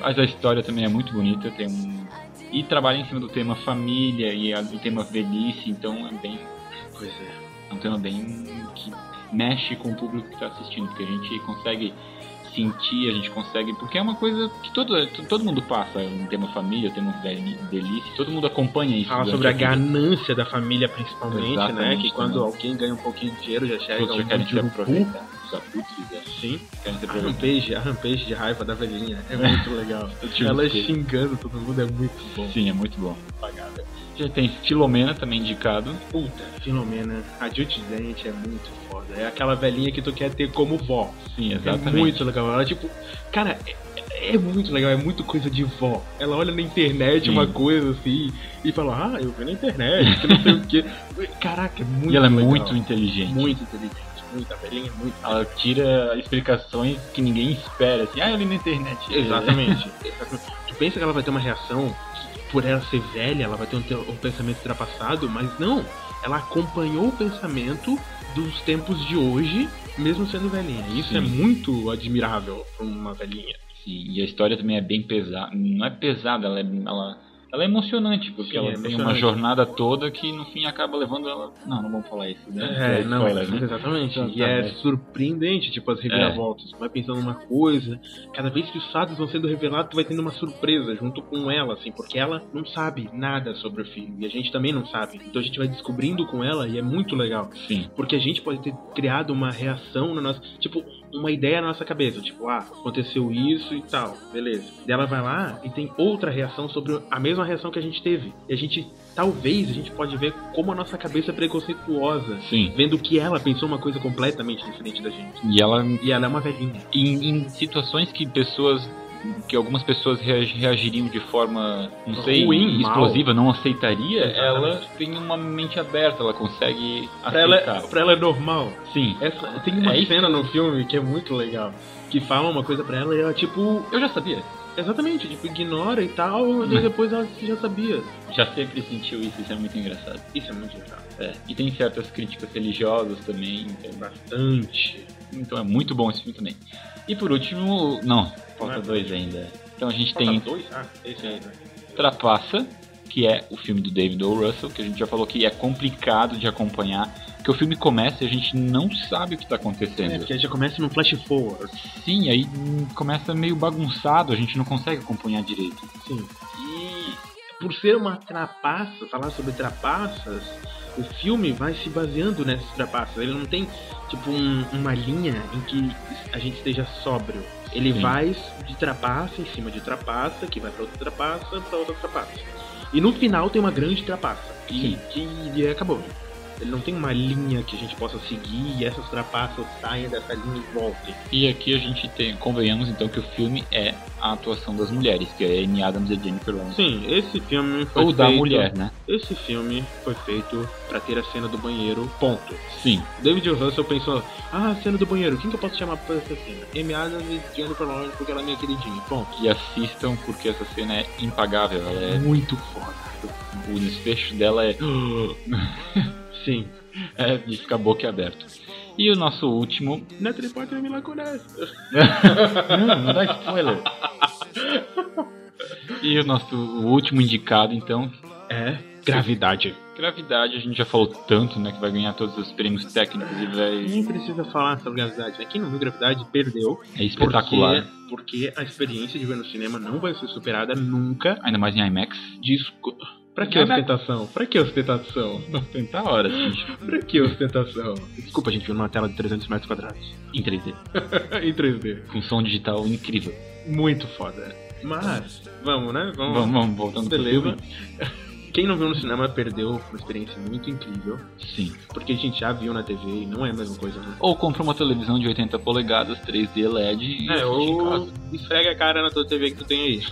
A: Mas a história também é muito bonita, tem um... E trabalha em cima do tema família e a- do tema velhice, então é bem
B: Pois é.
A: É um tema bem que mexe com o público que está assistindo, porque a gente consegue sentir, a gente consegue. Porque é uma coisa que todo, to- todo mundo passa, é um tema família, um tema veli- velhice, todo mundo acompanha isso.
B: Fala
A: durante
B: sobre a
A: vida.
B: ganância da família, principalmente, né?
A: Exatamente,
B: Que quando
A: né?
B: alguém ganha um pouquinho de dinheiro já chega
A: Todos já
B: um
A: querem se
B: jurupu.
A: aproveitar. Os abutres, é,
B: Sim.
A: querem se
B: A
A: aproveitar.
B: rampage, a rampage de raiva da velhinha é muito legal.
A: Eu tive
B: Ela
A: que-
B: xingando todo mundo é muito bom.
A: Sim, é muito bom. Já tem Filomena também indicado.
B: Puta, Filomena, a Jute Dent é muito foda. É aquela velhinha que tu quer ter como vó.
A: Sim,
B: É
A: exatamente.
B: muito legal. Ela, tipo, cara, é, é muito legal, é muito coisa de vó. Ela olha na internet
A: Sim.
B: uma coisa assim e fala, ah, eu vi na internet, que não sei o quê. Caraca, é muito
A: e ela é
B: legal.
A: muito inteligente.
B: muito inteligente, muito, a velhinha é muito.
A: Ela tira explicações que ninguém espera. Assim, ah, eu li na internet.
B: Exatamente. tu pensa que ela vai ter uma reação, que por ela ser velha, ela vai ter um, te- um pensamento ultrapassado, mas não. Ela acompanhou o pensamento dos tempos de hoje, mesmo sendo velhinha. Isso
A: Sim.
B: é muito admirável pra uma velhinha.
A: Sim, e a história também é bem pesada. Não é pesada, ela é, ela, ela é emocionante, porque
B: Sim,
A: ela
B: é
A: tem uma
B: emocionante.
A: jornada toda que no fim acaba levando ela. Não, não vamos falar isso, né?
B: É,
A: Porque spoiler, né?
B: exatamente. E é
A: Exatamente.
B: surpreendente, tipo, as reviravoltas. Tu vai pensando numa coisa, cada vez que os fatos vão sendo revelados, tu vai tendo uma surpresa junto com ela, assim, porque ela não sabe nada sobre o filho. E a gente também não sabe. Então a gente vai descobrindo com ela e é muito legal.
A: Sim,
B: Porque a gente pode ter criado uma reação na nossa. Tipo, uma ideia na nossa cabeça. Tipo, ah, aconteceu isso e tal. Beleza. Daí ela vai lá e tem outra reação sobre a mesma reação que a gente teve. E a gente, talvez, a gente pode ver como a nossa cabeça é preconceituosa.
A: sim.
B: Vendo que ela pensou uma coisa completamente diferente da gente.
A: E ela,
B: E ela é uma velhinha.
A: em, em situações que pessoas que algumas pessoas reag- reagiriam de forma, não sei,
B: Ruim, mal.
A: explosiva, não aceitaria,
B: Exatamente.
A: ela tem uma mente aberta, ela consegue
B: Pra
A: aceitar.
B: ela, pra ela é normal.
A: Sim.
B: Essa- tem uma
A: É isso.
B: cena no filme que é muito legal. Que fala uma coisa pra ela e ela, tipo,
A: Eu já sabia.
B: exatamente, tipo, ignora e tal, e depois ela já sabia.
A: Já sempre sentiu isso, isso é muito engraçado.
B: Isso é muito legal.
A: É. E tem certas críticas religiosas também, então,
B: Bastante.
A: então é muito bom esse filme também. E por último, não, falta
B: Não é?
A: dois ainda. Então a gente
B: Falta
A: tem
B: dois? Ah, esse aí, né?
A: Trapaça, que é o filme do David O. Russell, que a gente já falou que é complicado de acompanhar, que o filme começa e a gente não sabe o que está
B: É,
A: acontecendo.
B: porque já começa no flash forward.
A: Sim, aí hum, começa meio bagunçado, a gente não consegue acompanhar direito.
B: Sim. E por ser uma trapaça, falar sobre trapaças, o filme vai se baseando nessas trapaças. Ele não tem, tipo, um- uma linha em que a gente esteja sóbrio. Ele
A: Sim.
B: vai de trapaça em cima de trapaça, que vai pra outra trapaça, pra outra trapaça. E no final tem uma grande trapaça. E,
A: Sim.
B: e- e acabou. Ele não tem uma linha que a gente possa seguir e essas trapaças saem dessa linha e voltem.
A: E aqui a gente tem, convenhamos então que o filme é a atuação das mulheres, que é a Amy Adams e a Jennifer Lawrence.
B: Sim, esse filme foi
A: Ou da mulher, né?
B: Esse filme foi feito pra ter a cena do banheiro, ponto.
A: Sim.
B: David O. Russell pensou, ah, cena do banheiro, quem que eu posso chamar pra fazer essa cena? Amy Adams e Jennifer Lawrence porque ela é minha queridinha, ponto.
A: E assistam porque essa cena é impagável, ela é
B: Muito foda.
A: o desfecho dela é,
B: Sim.
A: é de ficar boquiaberto. E o nosso último
B: Na tripote me lá com essa.
A: Não, não dá spoiler. E o nosso último indicado, então,
B: É, gravidade.
A: gravidade. A gente já falou tanto, né, que vai ganhar todos os prêmios técnicos e vai.
B: Nem precisa falar sobre gravidade, né? Quem não viu gravidade perdeu.
A: É espetacular.
B: Porque, porque a experiência de ver no cinema não vai ser superada nunca.
A: Ainda mais em IMAX.
B: Disco. Pra que ostentação? Pra que ostentação?
A: Tenta horas, gente.
B: Pra que ostentação? Desculpa, a gente viu numa tela de 300 metros quadrados.
A: Em 3D.
B: É, em 3D.
A: Com som digital incrível.
B: Muito foda. Mas, vamos, né? Vamos.
A: Vamos, vamos, voltando
B: Beleza.
A: pro filme.
B: Quem não viu no cinema perdeu uma experiência muito incrível.
A: Sim.
B: Porque a gente já viu na TV e não é a mesma coisa, né?
A: Ou compra uma televisão de 80 polegadas, 3D LED e assiste em casa.
B: É, esfrega a cara na tua TV que tu tem aí.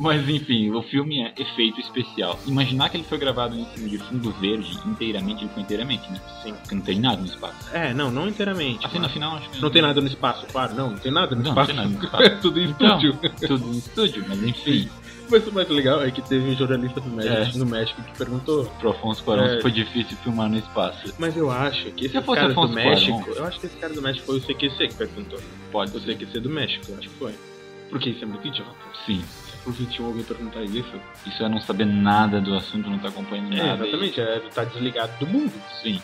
A: Mas enfim, o filme é efeito especial. Imaginar que ele foi gravado em cima de fundo verde inteiramente, ele foi inteiramente, né?
B: Sim.
A: Porque não tem nada no espaço.
B: É, não, não inteiramente.
A: A cena final acho que
B: Não tem nada no espaço, claro. Não, não tem nada no
A: Ah, Não, não
B: espaço. É
A: tem nada no espaço.
B: Tudo em
A: Então,
B: estúdio.
A: tudo em estúdio, mas enfim,
B: Mas o mais legal é que teve um jornalista do México,
A: É.
B: no México que perguntou.
A: pro Afonso Cuarón
B: É.
A: foi difícil filmar no espaço.
B: Mas eu acho que
A: Se
B: esse
A: eu fosse
B: cara do
A: Afonso Cuarón.
B: México. Eu acho que esse cara do México foi o CQC que perguntou.
A: Pode
B: O
A: ser
B: CQC do México, eu acho que foi. Porque isso é muito idiota.
A: sim.
B: Por 21 alguém perguntar isso.
A: Isso é não saber nada do assunto, não tá acompanhando
B: É,
A: nada.
B: exatamente, é, tá desligado do mundo.
A: Sim.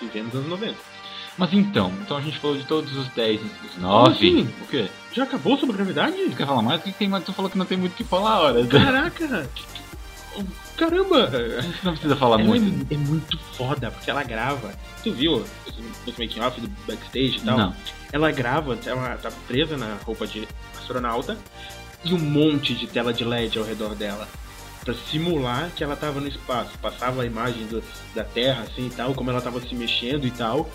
B: Vivemos nos anos 90.
A: Mas então, então a gente falou de todos os 10, os 9.
B: assim?
A: O quê?
B: Já acabou sobre gravidade?
A: Tu quer falar mais? O que tem mais? Tu falou que não tem muito o que falar, hora.
B: Então Caraca! Caramba!
A: Isso não precisa falar
B: Ela é,
A: Tá muito.
B: é muito foda, porque ela grava. Tu viu os, os making off do backstage e tal?
A: Não.
B: Ela grava, ela tá presa na roupa de astronauta e um monte de tela de LED ao redor dela. Pra simular que ela tava no espaço. Passava a imagem do- da Terra, assim e tal, como ela tava se mexendo e tal.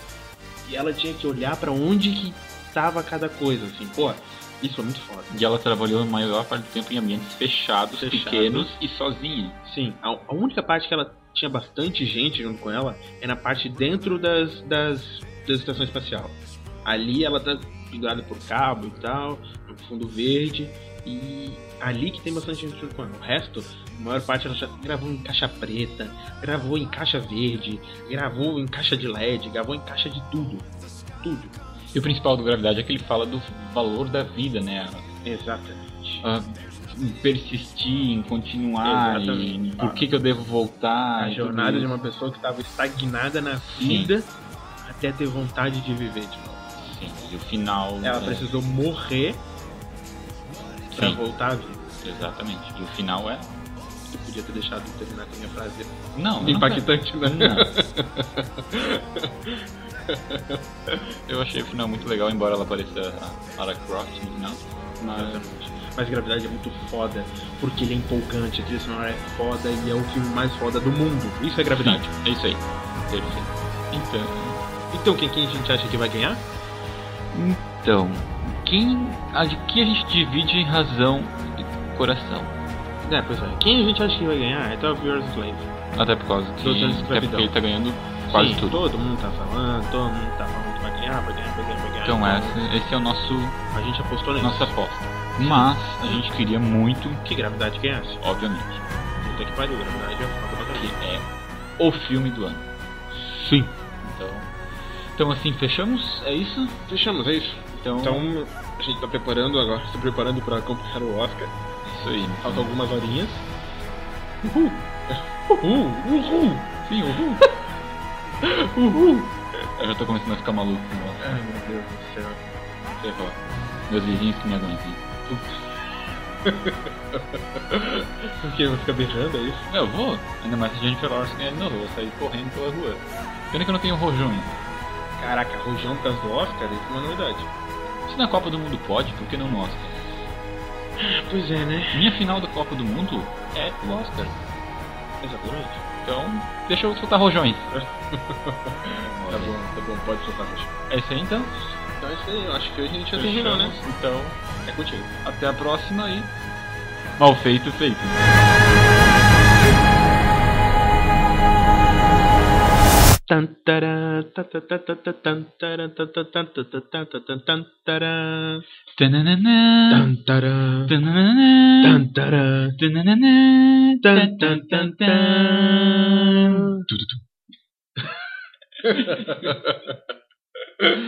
B: E ela tinha que olhar pra onde que tava cada coisa, assim. Pô, isso é muito foda.
A: E ela trabalhou a maior parte do tempo em ambientes fechados,
B: Fechados.
A: pequenos e sozinha.
B: Sim, a, a única parte que ela tinha bastante gente junto com ela é na parte dentro das, das, das estações espacial. Ali ela tá pendurada por cabo e tal, no fundo verde, e ali que tem bastante gente junto com ela. O resto, a maior parte ela já gravou em caixa preta, gravou em caixa verde, gravou em caixa de LED, gravou em caixa de tudo. Tudo.
A: E o principal do Gravidade é que ele fala do valor da vida, né?
B: Exatamente.
A: a- em persistir, em continuar,
B: Exatamente.
A: em por que, que eu devo voltar. e
B: A
A: tudo
B: jornada de
A: isso.
B: uma pessoa que estava estagnada na
A: Sim.
B: vida até ter vontade de viver de novo.
A: Sim, e o final.
B: Ela
A: é-
B: precisou morrer pra
A: Sim.
B: voltar à vida.
A: Exatamente. E o final é.
B: Eu podia ter deixado de terminar com a minha frase
A: Não,
B: impactante,
A: eu Ah. não
B: né?
A: quero. Não. Eu achei o final muito legal, embora ela pareça a Lara Croft no final. Mas
B: Mas Gravidade é muito foda, porque ele é empolgante, a trilha sonora é foda e é o filme mais foda do mundo. Isso é Gravidade.
A: é isso aí. Perfeito. Então.
B: Então, quem, quem a gente acha que vai ganhar?
A: Então, o quem, a de que a gente divide em razão e coração.
B: É, pois é. Quem a gente acha que vai ganhar é Top Your Slave.
A: Até por causa que,
B: Doutor
A: até porque
B: Escravidão.
A: ele tá ganhando quase
B: Sim,
A: tudo.
B: Todo mundo tá falando, todo mundo tá falando que vai ganhar, vai ganhar, vai ganhar, vai ganhar.
A: Então essa, esse é o nosso
B: A gente apostou nisso.
A: nossa aposta. Mas a gente queria muito,
B: Que gravidade que é essa?
A: obviamente,
B: Puta que pariu, gravidade é foda pra
A: que
B: caralho.
A: é o filme do ano.
B: Sim.
A: Então, então assim, fechamos? É isso?
B: Fechamos, é isso.
A: Então,
B: Então a gente tá preparando agora, se preparando pra acompanhar o Oscar.
A: isso aí.
B: Faltam algumas horinhas. Uhum. Uhul! Uhul! Uhul! Sim, uhul! uhul!
A: Eu já tô começando a ficar maluco. Nossa,
B: Ai meu Deus do céu.
A: ferrou. Meus vizinhos que me aguentem.
B: Por que eu vou ficar beijando, é isso?
A: Eu vou, ainda mais se a Jennifer Lawrence ganhar de novo, eu vou sair correndo pela rua. Pena que eu não tenho rojões.
B: Caraca, rojão por causa do Oscar, isso é uma novidade.
A: Se na Copa do Mundo pode, por que não no Oscar?
B: Pois é, né?
A: Minha final da Copa do Mundo é o Oscar.
B: Exatamente.
A: Então, deixa eu soltar rojões.
B: Tá bom, tá bom, pode soltar, fechar.
A: É isso aí então.
B: Então é isso aí, eu acho que hoje a gente já terminou, né?
A: Fechamos, Então,
B: É contigo.
A: até a próxima e. Mal feito, feito.
B: Tantara, tatata, tatata, tantara, tatata, tatata, tatata, tantara.
A: Tananana,
B: Tantara,
A: tananana,
B: tantara,
A: tananana,
B: tan, tan, tan, tan.
A: Tududu.